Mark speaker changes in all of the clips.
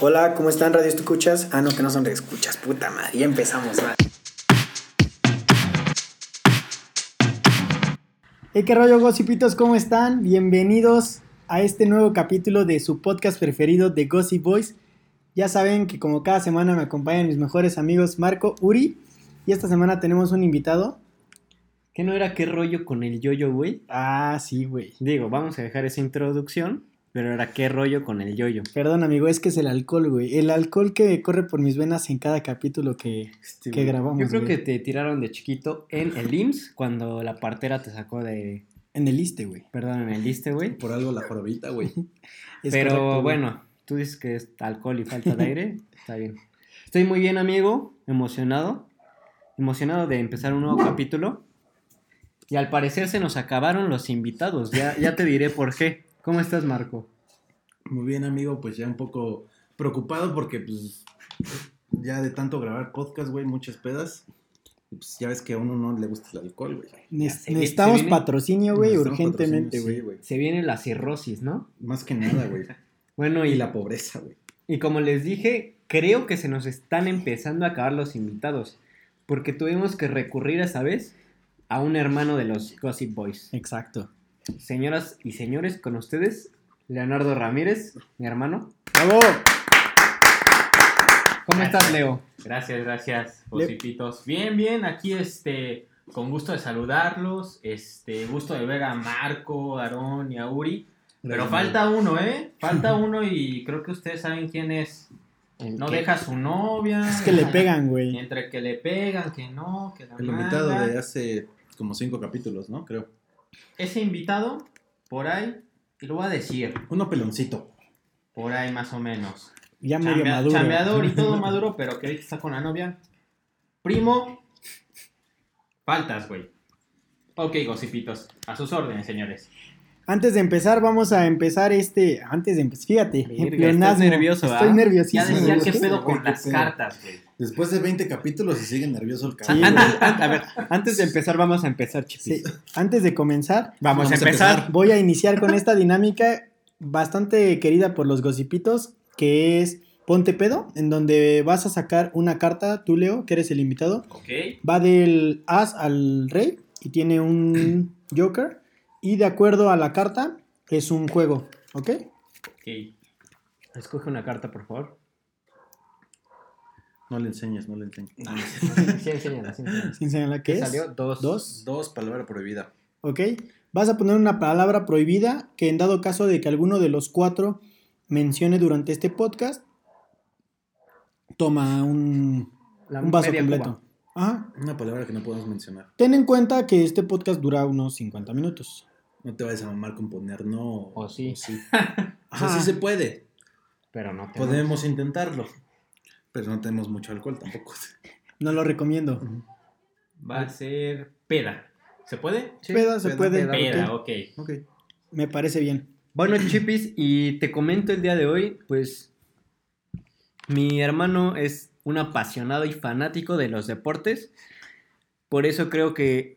Speaker 1: Hola, ¿cómo están? Radio Escuchas. Ah, no, que no son escuchas, puta madre. Ya empezamos, va.
Speaker 2: Hey, qué rollo, gossipitos, ¿cómo están? Bienvenidos a este nuevo capítulo de su podcast preferido de Gossip Boys. Ya saben que como cada semana me acompañan mis mejores amigos Marco, Uri, y esta semana tenemos un invitado.
Speaker 3: ¿Qué no era qué rollo con el yoyo, güey?
Speaker 2: Ah, sí, güey.
Speaker 3: Digo, vamos a dejar esa introducción, pero era qué rollo con el yoyo.
Speaker 2: Perdón, amigo, es que es el alcohol, güey. El alcohol que corre por mis venas en cada capítulo que,
Speaker 3: Este,
Speaker 2: que
Speaker 3: güey,
Speaker 2: grabamos.
Speaker 3: Yo creo
Speaker 2: güey.
Speaker 3: que te tiraron de chiquito en el IMSS cuando la partera te sacó de.
Speaker 2: En el liste, güey.
Speaker 3: Perdón, en el liste, güey.
Speaker 4: Por algo la jorobita, güey.
Speaker 2: Es
Speaker 3: Pero
Speaker 2: correcto, güey.
Speaker 3: bueno, tú dices que es alcohol y falta de aire. Está bien. Estoy muy bien, amigo. Emocionado. Emocionado de empezar un nuevo capítulo. Y al parecer se nos acabaron los invitados. Ya, ya te diré por qué. ¿Cómo estás, Marco?
Speaker 4: Muy bien, amigo, pues ya un poco preocupado porque, pues, ya de tanto grabar podcast, güey, muchas pedas. Y pues ya ves que a uno no le gusta el alcohol, güey.
Speaker 2: Ne-
Speaker 3: Ya se-
Speaker 2: necesitamos
Speaker 3: se viene-
Speaker 2: patrocinio, güey,
Speaker 4: Necesitamos
Speaker 2: urgentemente,
Speaker 4: patrocinio, sí,
Speaker 2: güey.
Speaker 3: Se viene la cirrosis, ¿no?
Speaker 4: Más que nada, güey.
Speaker 3: Bueno,
Speaker 4: Y
Speaker 3: y,
Speaker 4: la pobreza, güey.
Speaker 3: y como les dije, creo que se nos están empezando a acabar los invitados. Porque tuvimos que recurrir esa vez a un hermano de los Gossip Boys.
Speaker 2: Exacto.
Speaker 3: Señoras y señores, con ustedes, Leonardo Ramírez, mi hermano.
Speaker 2: ¡Bravo!
Speaker 3: ¿Cómo estás, Leo?
Speaker 5: Gracias, gracias,
Speaker 2: Le-
Speaker 5: Josipitos. Bien, bien, aquí este, con gusto de saludarlos, este, gusto de ver a Marco, a Aarón y a Uri. Pero
Speaker 4: Gracias,
Speaker 5: falta uno, ¿eh? Falta uno y creo que ustedes saben quién es. No
Speaker 3: ¿Qué?
Speaker 5: deja a su novia.
Speaker 2: Es que le pegan, güey.
Speaker 5: Y entre que le pegan, que no, que la
Speaker 4: El invitado
Speaker 5: manda.
Speaker 4: de hace como cinco capítulos, ¿no? Creo.
Speaker 5: Ese invitado, por ahí, y lo voy a decir,
Speaker 4: Uno peloncito.
Speaker 5: por ahí más o menos.
Speaker 2: Ya medio
Speaker 5: Chambea-
Speaker 2: maduro.
Speaker 5: Chambeador y todo maduro, pero que ahorita está con la novia. Primo. Faltas, güey. Ok, gocipitos. A sus órdenes, señores.
Speaker 2: Antes de empezar, vamos a empezar este. Antes de empezar, fíjate.
Speaker 3: Verga,
Speaker 2: en pleonasmo.
Speaker 3: estás nervioso,
Speaker 2: Estoy
Speaker 3: ¿ah?
Speaker 5: Ya
Speaker 2: nerviosísimo.
Speaker 5: decía
Speaker 2: güey.
Speaker 5: qué pedo
Speaker 4: güey,
Speaker 5: con
Speaker 4: qué
Speaker 5: las
Speaker 4: pedo.
Speaker 5: cartas, güey.
Speaker 4: Después de 20 capítulos se sigue nervioso el
Speaker 2: Sí,
Speaker 4: cabrón.
Speaker 2: güey.
Speaker 3: Antes, an- a ver, antes de empezar, vamos a empezar, chicos.
Speaker 2: Sí, Antes de comenzar,
Speaker 3: Vamos, a empezar.
Speaker 2: voy a iniciar con esta dinámica bastante querida por los gocipitos, que es Ponte Pedo, en donde vas a sacar una carta, tú Leo, que eres el invitado,
Speaker 5: Ok.
Speaker 2: va del as al rey y tiene un joker, y de acuerdo a la carta es un juego, ¿ok?
Speaker 5: Ok.
Speaker 3: Escoge una carta, por favor.
Speaker 4: No le enseñes, no le enseñes.
Speaker 3: Sí, enséñala, sí, enséñala.
Speaker 2: Sin saber la que
Speaker 3: ¿Qué
Speaker 2: es.
Speaker 3: salió? Dos.
Speaker 2: Dos.
Speaker 4: Dos palabras prohibidas.
Speaker 2: ¿ok? Vas a poner una palabra prohibida que en dado caso de que alguno de los cuatro mencione durante este podcast, toma un,
Speaker 3: La
Speaker 2: un vaso
Speaker 3: media
Speaker 2: completo.
Speaker 3: cuba.
Speaker 2: Ajá.
Speaker 4: Una palabra que no podemos mencionar.
Speaker 2: Ten en cuenta que este podcast dura unos 50 minutos.
Speaker 4: No te vayas a mamar con poner no.
Speaker 3: O Oh, sí.
Speaker 4: O O sea, sí se puede.
Speaker 3: Pero no te
Speaker 4: Podemos intentarlo. Pero no tenemos mucho alcohol tampoco. Este
Speaker 2: No lo recomiendo.
Speaker 5: Va a ser peda. ¿Se puede?
Speaker 3: Sí,
Speaker 2: Peda se
Speaker 4: peda,
Speaker 2: puede.
Speaker 3: peda,
Speaker 2: ok.
Speaker 5: Peda, ok.
Speaker 4: Ok.
Speaker 2: Me parece bien.
Speaker 3: Bueno, Chipis, y te comento el día de hoy, pues mi hermano es un apasionado y fanático de los deportes. Por eso creo que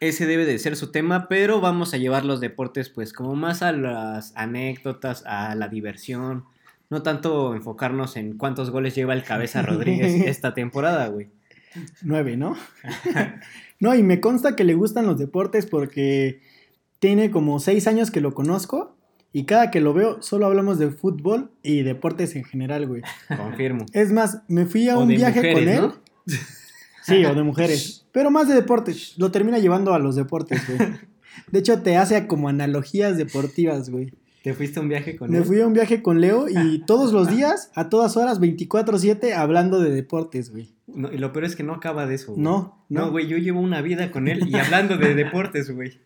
Speaker 3: ese debe de ser su tema, pero vamos a llevar los deportes pues como más a las anécdotas, a la diversión. No tanto enfocarnos en cuántos goles lleva el cabeza Rodríguez esta temporada, güey.
Speaker 2: Nueve, ¿no? no, y me consta que le gustan los deportes porque tiene como seis años que lo conozco y cada que lo veo solo hablamos de fútbol y deportes en general, güey.
Speaker 3: Confirmo.
Speaker 2: Es más, me fui a
Speaker 3: O
Speaker 2: un
Speaker 3: de
Speaker 2: viaje
Speaker 3: mujeres,
Speaker 2: con él.
Speaker 3: ¿no?
Speaker 2: Sí, o de mujeres. Pero más de deportes. Lo termina llevando a los deportes, güey. De hecho, te hace como analogías deportivas, güey.
Speaker 3: ¿Te fuiste a un viaje con
Speaker 2: Me
Speaker 3: él?
Speaker 2: fui a un viaje con Leo y todos los días, a todas horas, 24-7, hablando de deportes, güey.
Speaker 3: No, y lo peor es que no acaba de eso, güey.
Speaker 2: No,
Speaker 3: No,
Speaker 2: no, güey.
Speaker 3: güey, yo llevo una vida con él y hablando de deportes, güey.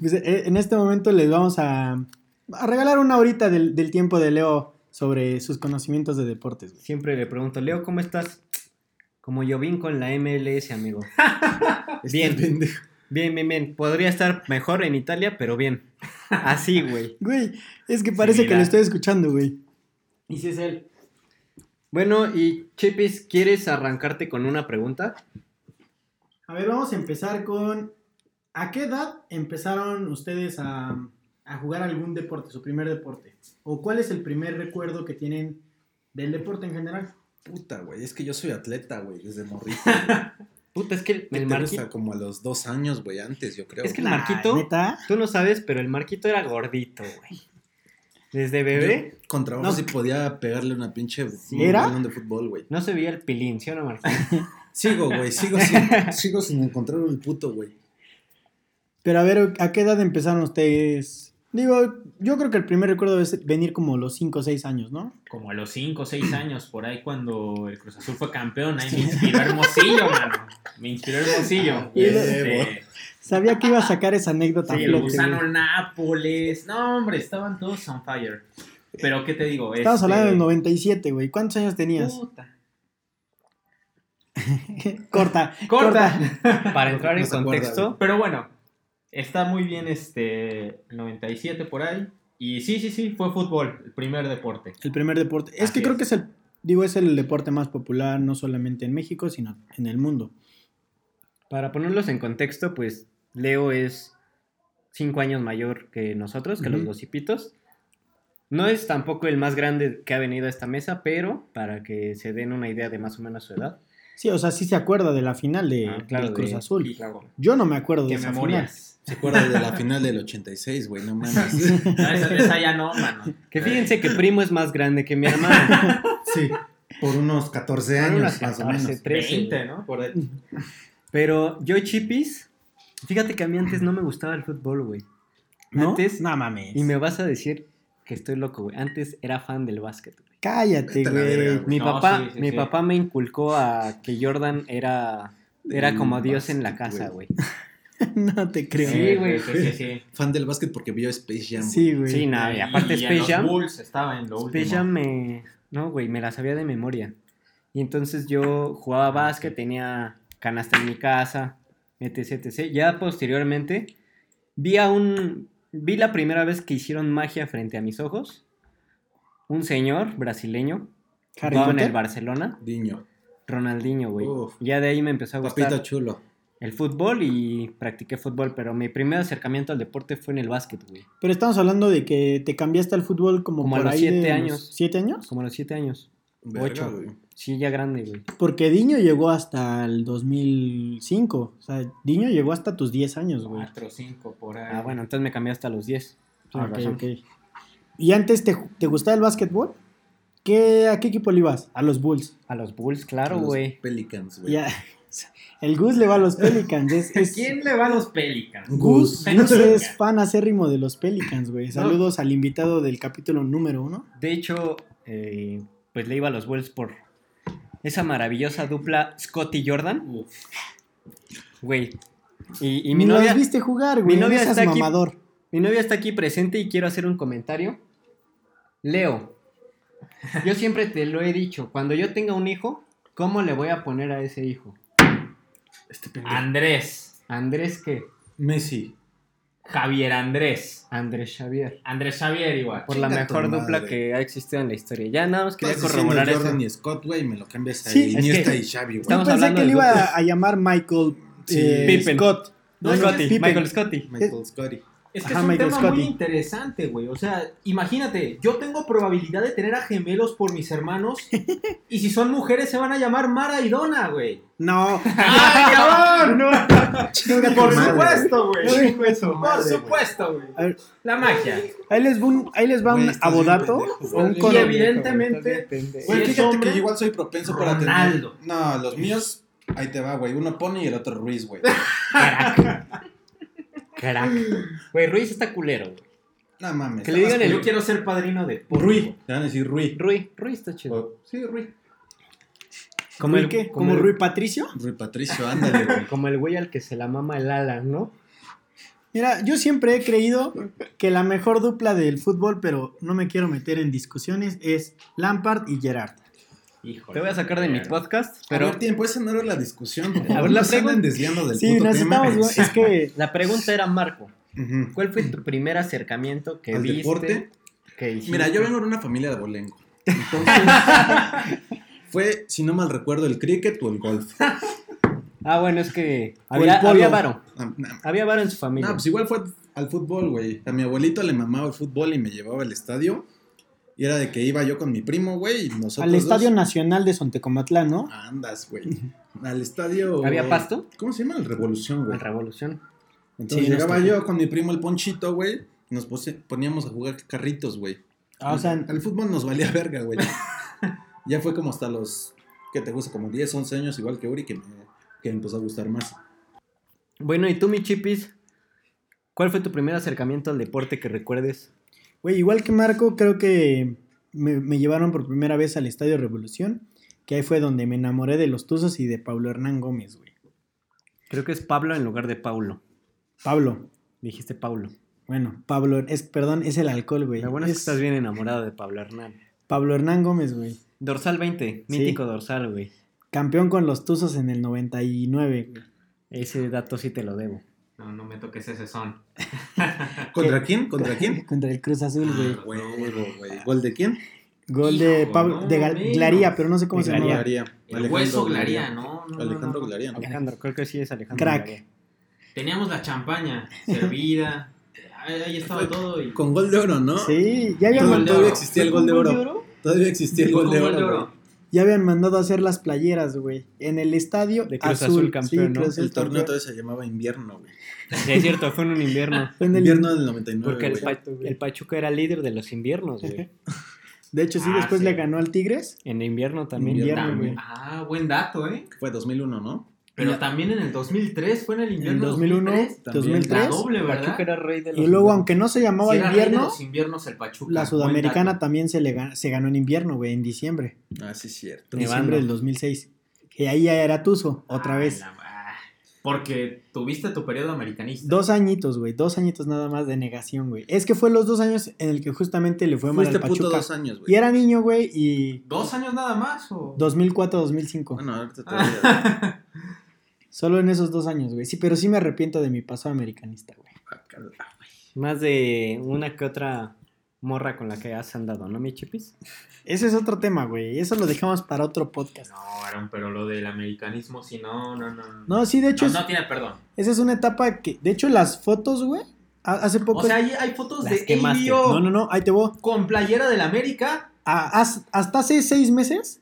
Speaker 2: Pues, eh, en este momento les vamos a, a regalar una horita del, del tiempo de Leo sobre sus conocimientos de deportes, güey.
Speaker 3: Siempre le pregunto, Leo, ¿cómo estás? Como Jovín con la MLS, amigo. Bien.
Speaker 4: pendejo.
Speaker 3: Bien, bien, bien. Podría estar mejor en Italia, pero bien. Así, güey.
Speaker 2: Güey, es que parece que
Speaker 5: mira.
Speaker 2: lo estoy escuchando, güey.
Speaker 3: Y si es él. Bueno, y Chipis, ¿quieres arrancarte con una pregunta?
Speaker 2: A ver, vamos a empezar con. ¿A qué edad empezaron ustedes a, a jugar algún deporte, su primer deporte? ¿O cuál es el primer recuerdo que tienen
Speaker 5: Del deporte en general.
Speaker 4: Puta, güey, es que yo soy atleta, güey, desde morrito. güey.
Speaker 3: Puta, es que
Speaker 4: ¿Qué
Speaker 3: el
Speaker 4: te
Speaker 3: Marquito.
Speaker 4: gusta? Como a los dos años, güey, antes, yo creo.
Speaker 3: Es que el
Speaker 2: Nah,
Speaker 3: Marquito.
Speaker 2: ¿neta?
Speaker 3: Tú no sabes, pero el Marquito era gordito, güey. Desde
Speaker 4: Yo
Speaker 3: bebé
Speaker 4: con trabajo
Speaker 2: No.
Speaker 4: sí podía pegarle una pinche un
Speaker 2: ¿Era?
Speaker 4: balón de fútbol, güey.
Speaker 3: no se veía el pilín, ¿sí o no, Marquito?
Speaker 4: Sigo, güey, sigo sin, sigo sin encontrar el puto, güey.
Speaker 2: Pero a ver, ¿a qué edad empezaron ustedes? Digo, yo creo que el primer recuerdo es venir como los 5 o 6 años, ¿no?
Speaker 5: Como a los 5 o 6 años, por ahí cuando el Cruz Azul fue campeón, ahí me inspiró Hermosillo, mano. Me inspiró Hermosillo.
Speaker 2: Y lo-
Speaker 5: Este,
Speaker 2: Sabía que iba a sacar esa anécdota.
Speaker 5: sí, el
Speaker 2: fíjate,
Speaker 5: gusano
Speaker 2: güey.
Speaker 5: Nápoles. No, hombre, estaban todos on fire. Pero, ¿qué te digo?
Speaker 2: Estabas
Speaker 5: Este,
Speaker 2: hablando del 97, güey. ¿Cuántos años tenías?
Speaker 5: puta.
Speaker 2: corta,
Speaker 5: Corta.
Speaker 3: Para entrar
Speaker 4: No
Speaker 3: en
Speaker 4: se acuerda,
Speaker 3: contexto,
Speaker 5: Pero bueno, está muy bien este 97 por ahí. Y sí, sí, sí, fue fútbol, el primer deporte.
Speaker 2: El primer deporte. Es
Speaker 5: Así
Speaker 2: que creo
Speaker 5: es.
Speaker 2: que es el, digo, es el deporte más popular, no solamente en México, sino en el mundo.
Speaker 3: para ponerlos en contexto, pues Leo es cinco años mayor que nosotros, que los
Speaker 2: Ujú.
Speaker 3: gocipitos. No es tampoco el más grande que ha venido a esta mesa, pero para que se den una idea de más o menos su edad.
Speaker 2: Sí, o sea, sí se acuerda de la final de,
Speaker 3: Ah, claro,
Speaker 2: del Cruz
Speaker 3: de-
Speaker 2: Azul.
Speaker 5: Claro.
Speaker 2: Yo no me acuerdo de
Speaker 5: Qué
Speaker 2: esa
Speaker 5: memorias.
Speaker 4: ¿Se acuerdan de la final del 86, güey? No mames.
Speaker 5: No, esa, esa ya no, mano.
Speaker 3: Que fíjense que primo es más grande que mi hermano.
Speaker 4: Sí, por unos 14
Speaker 3: Fueron
Speaker 4: años,
Speaker 3: unas
Speaker 4: más o
Speaker 3: 14,
Speaker 4: menos.
Speaker 3: 13,
Speaker 5: 20, ¿no? Por ahí.
Speaker 3: Pero yo, Chipis, fíjate que a mí antes no me gustaba el fútbol, güey.
Speaker 2: final. ¿No?
Speaker 3: Antes,
Speaker 2: no mames.
Speaker 3: y me vas a decir que estoy loco, güey. Antes era fan del básquet, güey.
Speaker 2: Cállate,
Speaker 4: Vete a la verga,
Speaker 2: güey.
Speaker 4: güey.
Speaker 3: Mi,
Speaker 5: No,
Speaker 3: papá,
Speaker 5: sí, sí,
Speaker 3: mi
Speaker 5: sí.
Speaker 3: papá me inculcó a que Jordan era, era
Speaker 4: El
Speaker 3: como Dios en la
Speaker 4: básquet,
Speaker 3: casa, güey.
Speaker 2: no te creo.
Speaker 3: Sí, güey.
Speaker 5: Sí, sí, sí.
Speaker 4: Fan del básquet porque vio Space Jam. güey.
Speaker 2: Sí, güey.
Speaker 3: Sí, nada, Ah, y aparte
Speaker 5: en
Speaker 3: Space Jam.
Speaker 5: Los Bulls estaba en lo último.
Speaker 3: Space Jam me... No, güey, me la sabía de memoria. Y entonces yo jugaba básquet, tenía canasta en mi casa, etc, etc. Ya posteriormente vi a un... Vi la primera vez que hicieron magia frente a mis ojos. Un señor brasileño
Speaker 2: Harry
Speaker 3: jugaba en
Speaker 2: Potter.
Speaker 3: el Barcelona.
Speaker 4: Niño.
Speaker 3: Ronaldinho, güey.
Speaker 4: Uf.
Speaker 3: Ya de ahí me empezó a gustar
Speaker 4: Papito chulo.
Speaker 3: el fútbol y practiqué fútbol, pero mi primer acercamiento al deporte fue en el básquet, güey.
Speaker 2: Pero estamos hablando de que te cambiaste al fútbol como,
Speaker 3: Como a
Speaker 2: por
Speaker 3: los
Speaker 2: ahí
Speaker 3: siete
Speaker 2: de los
Speaker 3: años.
Speaker 2: ¿Siete años?
Speaker 3: Como a los siete años.
Speaker 4: Verga,
Speaker 3: Ocho.
Speaker 4: güey.
Speaker 3: Sí, ya grande, güey.
Speaker 2: Porque Diño llegó hasta el 2005. O sea, Diño llegó hasta tus 10 años, güey.
Speaker 5: 4 5 por ahí.
Speaker 3: Ah, bueno, entonces me cambié hasta los 10. Tienes
Speaker 2: Ah, Ok,
Speaker 3: razón.
Speaker 2: ok. ¿Y antes te, te gustaba el básquetbol? ¿Qué, ¿A qué equipo le ibas? A los Bulls.
Speaker 3: A los Bulls, claro,
Speaker 4: Los
Speaker 3: güey.
Speaker 4: Pelicans, güey.
Speaker 2: Ya. El Gus le va a los Pelicans. Es, es-
Speaker 5: ¿Quién le va a los Pelicans?
Speaker 2: Gus,
Speaker 5: Gus.
Speaker 2: Gus es fan acérrimo de los Pelicans, güey. Saludos al invitado del capítulo número uno.
Speaker 3: De hecho, eh, pues le iba a los Bulls por esa maravillosa dupla Scott y Jordan,
Speaker 5: Uf,
Speaker 3: güey. Y, y
Speaker 2: Y
Speaker 3: mi,
Speaker 2: no
Speaker 3: novia,
Speaker 2: las viste jugar, güey.
Speaker 3: mi
Speaker 2: no
Speaker 3: novia
Speaker 2: seas
Speaker 3: está aquí.
Speaker 2: mamador.
Speaker 3: mi novia está aquí presente y quiero hacer un comentario. Leo, yo siempre te lo he dicho, cuando yo tenga un hijo, ¿cómo le voy a poner a ese hijo?
Speaker 4: Este pendejo.
Speaker 3: Ah,
Speaker 5: Andrés.
Speaker 3: Andrés, ¿qué?
Speaker 4: Messi.
Speaker 5: Javier Andrés.
Speaker 3: Andrés Xavier.
Speaker 5: Andrés Xavier igual.
Speaker 3: Por la
Speaker 4: Chinga tu
Speaker 3: mejor
Speaker 4: madre.
Speaker 3: dupla que ha existido en la historia. Ya nada más quería
Speaker 4: Estás diciendo
Speaker 3: corroborar eso.
Speaker 4: Jordan y Scott, güey, me lo cambias a
Speaker 2: Sí,
Speaker 3: es
Speaker 4: Iniesta
Speaker 3: que-
Speaker 4: y Xavi, güey.
Speaker 3: Estamos
Speaker 2: Yo pensé
Speaker 3: hablando
Speaker 2: que
Speaker 3: de
Speaker 2: le iba
Speaker 3: duplas.
Speaker 2: a llamar Michael
Speaker 4: Sí.
Speaker 2: eh,
Speaker 3: Pippen.
Speaker 2: Scott.
Speaker 5: No,
Speaker 3: Scotty,
Speaker 5: es
Speaker 2: Pippen.
Speaker 3: Michael Scotty.
Speaker 4: Michael Scotty.
Speaker 5: Es que
Speaker 2: Ajá,
Speaker 5: es un
Speaker 2: Michael
Speaker 5: tema
Speaker 2: Scotty.
Speaker 5: muy interesante, güey. O sea, imagínate, yo tengo probabilidad de tener a gemelos por mis hermanos. y si son mujeres, se van a llamar Mara y Donna, güey.
Speaker 2: No.
Speaker 5: ¡Ah, cabrón!
Speaker 4: Chinga
Speaker 5: por
Speaker 4: tu madre,
Speaker 5: supuesto, güey. Por
Speaker 4: madre, güey.
Speaker 5: supuesto, güey.
Speaker 2: A ver,
Speaker 5: La magia.
Speaker 2: ahí les, va un, ahí les va
Speaker 4: Güey,
Speaker 2: un
Speaker 4: estás bien
Speaker 2: abodato
Speaker 4: pendejo,
Speaker 2: o un
Speaker 4: güey.
Speaker 5: Y
Speaker 2: cono-
Speaker 5: evidentemente,
Speaker 4: Güey,
Speaker 5: Si es
Speaker 4: fíjate
Speaker 5: hombre,
Speaker 4: que yo igual soy propenso para tener.
Speaker 5: Ronaldo.
Speaker 4: No, los míos, ahí te va, güey. Uno pone y el otro Ruiz, güey.
Speaker 3: Crack. Güey, Ruiz está culero, güey.
Speaker 4: No mames.
Speaker 3: Que le digan
Speaker 5: yo
Speaker 3: el.
Speaker 5: quiero ser padrino de
Speaker 4: Rui. Te van a decir Rui.
Speaker 3: Rui, Rui está chido.
Speaker 4: O- Sí, Rui.
Speaker 3: Como el,
Speaker 2: ¿Rui qué?
Speaker 3: Como
Speaker 2: ¿Como Rui Patricio?
Speaker 4: Rui Patricio, ándale, güey.
Speaker 3: Como el güey al que se la mama el ala, ¿no?
Speaker 2: Mira, yo siempre he creído que la mejor dupla del fútbol, pero no me quiero meter en discusiones, es Lampard y Gerard.
Speaker 5: Híjole.
Speaker 3: Te voy a sacar de mi
Speaker 5: Claro.
Speaker 3: podcast,
Speaker 4: Pero,
Speaker 3: pero
Speaker 4: a ver, tiempo, esa no era la discusión.
Speaker 3: A
Speaker 4: A
Speaker 3: ver,
Speaker 4: ver,
Speaker 3: la
Speaker 4: la se
Speaker 3: pregunta-
Speaker 4: andan desviando del
Speaker 2: Sí,
Speaker 4: puto
Speaker 2: nos
Speaker 4: tema.
Speaker 2: estamos, es que
Speaker 3: la pregunta era, Marco,
Speaker 4: Ujú.
Speaker 3: ¿cuál fue tu primer acercamiento que
Speaker 4: ¿Al
Speaker 3: viste?
Speaker 4: deporte?
Speaker 3: que hiciste?
Speaker 4: Mira, yo vengo de una familia de abolengo. Entonces, fue, si no mal recuerdo, el cricket o el golf.
Speaker 3: Ah, bueno, es que
Speaker 2: O
Speaker 3: había,
Speaker 2: el polo.
Speaker 3: había varo.
Speaker 4: No, no,
Speaker 3: Había varo en su
Speaker 4: pues
Speaker 3: familia.
Speaker 4: no, pues igual fue al fútbol, güey. A mi abuelito le mamaba el fútbol y me llevaba al estadio. Y era de que iba yo con mi primo, güey, y nosotros
Speaker 2: Al
Speaker 4: dos-
Speaker 2: Estadio Nacional de Sontecomatlán, ¿no?
Speaker 4: Andas, güey. Al estadio...
Speaker 3: ¿Había pasto?
Speaker 4: ¿Cómo se llama? El Revolución, güey.
Speaker 3: En Revolución.
Speaker 4: Entonces
Speaker 2: Sí, no
Speaker 4: llegaba
Speaker 2: está
Speaker 4: yo con mi primo el Ponchito, güey. y Nos pose- poníamos a jugar carritos, güey.
Speaker 2: Ah, o sea,
Speaker 4: El fútbol nos valía verga, güey. ya fue como hasta los, ¿qué te gusta? Como 10, 11 años, igual que Uri, que me, que me empezó a gustar más.
Speaker 3: Bueno, y tú, mi chipis, ¿cuál fue tu primer acercamiento al deporte que recuerdes?
Speaker 2: Güey, igual que Marco, creo que me, me llevaron por primera vez al Estadio Revolución, que ahí fue donde me enamoré de los Tuzos y de Pablo Hernán Gómez, güey.
Speaker 3: Creo que es Pablo en lugar de Paulo.
Speaker 2: Pablo,
Speaker 3: Dijiste Paulo.
Speaker 2: bueno, Pablo, es, perdón, es el alcohol, güey.
Speaker 3: Lo bueno es que
Speaker 2: Es
Speaker 3: estás bien enamorado de Pablo Hernán.
Speaker 2: Pablo Hernán Gómez, güey.
Speaker 3: Dorsal 20,
Speaker 2: Sí.
Speaker 3: mítico dorsal, güey.
Speaker 2: Campeón con los Tuzos en el 99, güey.
Speaker 3: Ese dato sí te lo debo.
Speaker 5: No, no me toques ese son.
Speaker 4: ¿Contra quién? ¿Contra quién?
Speaker 2: Contra el Cruz Azul, güey.
Speaker 4: Ah, Huevo, güey. ¿Gol de quién?
Speaker 2: Gol de
Speaker 5: Hijo,
Speaker 2: Pablo,
Speaker 5: no,
Speaker 2: de Gal-
Speaker 5: menos.
Speaker 2: Glaría, pero no sé cómo
Speaker 3: De
Speaker 2: se
Speaker 3: Glaría.
Speaker 2: llama.
Speaker 4: Glaría.
Speaker 5: El
Speaker 4: Alejandro
Speaker 5: hueso Glaría, ¿no? no, no,
Speaker 4: Alejandro
Speaker 5: no.
Speaker 4: Glaría. ¿no?
Speaker 3: Alejandro, creo que sí es Alejandro.
Speaker 2: Crack.
Speaker 3: Gabriel.
Speaker 5: Teníamos la champaña servida. Ahí ahí estaba todo. Y...
Speaker 4: Con gol de oro, ¿no?
Speaker 2: Sí, ya habían,
Speaker 4: Todavía,
Speaker 5: Gol de
Speaker 2: mandado,
Speaker 5: oro.
Speaker 4: existía el gol de oro. Todavía existía el
Speaker 5: Con
Speaker 4: gol de oro. güey.
Speaker 2: ya habían mandado a hacer las playeras, güey. En el estadio
Speaker 3: De Cruz Azul, campeón, ¿no?
Speaker 2: Cruz Azul,
Speaker 4: El torneo
Speaker 2: campeón.
Speaker 4: todavía se llamaba invierno, güey.
Speaker 3: Sí, es cierto, fue en un invierno.
Speaker 2: Fue en el-
Speaker 4: Invierno del 99,
Speaker 3: Porque el,
Speaker 4: güey.
Speaker 3: Pa- el Pachuca era líder de los inviernos, güey.
Speaker 2: De hecho, sí,
Speaker 5: Ah,
Speaker 2: después
Speaker 5: sí.
Speaker 2: le ganó al Tigres.
Speaker 3: En invierno también.
Speaker 2: Invierno,
Speaker 5: Tam-
Speaker 2: güey.
Speaker 5: Ah, buen dato, ¿eh?
Speaker 4: Fue 2001, ¿no?
Speaker 5: Pero también en el 2003, fue en el
Speaker 2: En
Speaker 5: invierno
Speaker 2: 2001,
Speaker 5: 2003.
Speaker 4: También.
Speaker 2: 2003.
Speaker 5: La doble, ¿verdad?
Speaker 3: Pachuca era rey de los
Speaker 2: Y luego,
Speaker 3: inviernos.
Speaker 2: aunque no se
Speaker 5: Si
Speaker 2: llamaba
Speaker 5: era rey de
Speaker 2: invierno,
Speaker 5: los inviernos el Pachuca.
Speaker 2: la
Speaker 5: Buen
Speaker 2: sudamericana
Speaker 5: dato.
Speaker 2: también se, le ga- se ganó en invierno, güey, en diciembre.
Speaker 4: Ah, sí, cierto.
Speaker 3: Nevando.
Speaker 2: Diciembre del 2006. Que ahí ya era Tuzo, otra
Speaker 5: Ah,
Speaker 2: vez.
Speaker 5: la- ah, Porque tuviste tu periodo americanista.
Speaker 2: Dos añitos, güey, dos añitos nada más de negación, güey. Es que fue los dos años en el que justamente le fue mal
Speaker 4: Fuiste
Speaker 2: al
Speaker 4: puto
Speaker 2: Pachuca.
Speaker 4: dos años, güey.
Speaker 2: Y era niño, güey, y
Speaker 5: ¿Dos años nada más? O...
Speaker 2: 2004-2005.
Speaker 4: Bueno, ahorita todavía.
Speaker 2: Solo en esos dos años, güey. Sí, pero sí me arrepiento de mi pasado americanista, güey.
Speaker 3: Más de una que otra morra con la que has andado, ¿no, mi chipis?
Speaker 2: Ese es otro tema, güey. Eso lo dejamos para otro podcast.
Speaker 5: No, Aaron, pero lo del americanismo, sí, no, no, no. No,
Speaker 2: No, sí, de hecho,
Speaker 5: Ah, no,
Speaker 2: es-
Speaker 5: tiene perdón.
Speaker 2: esa es una etapa que. De hecho, las fotos, güey. ha- Hace poco.
Speaker 5: O sea, hay, hay fotos
Speaker 3: Las
Speaker 5: de
Speaker 3: quemaste.
Speaker 5: Elvio
Speaker 2: no, no, no, ahí te voy.
Speaker 5: con playera del América.
Speaker 2: A- has- hasta hace seis meses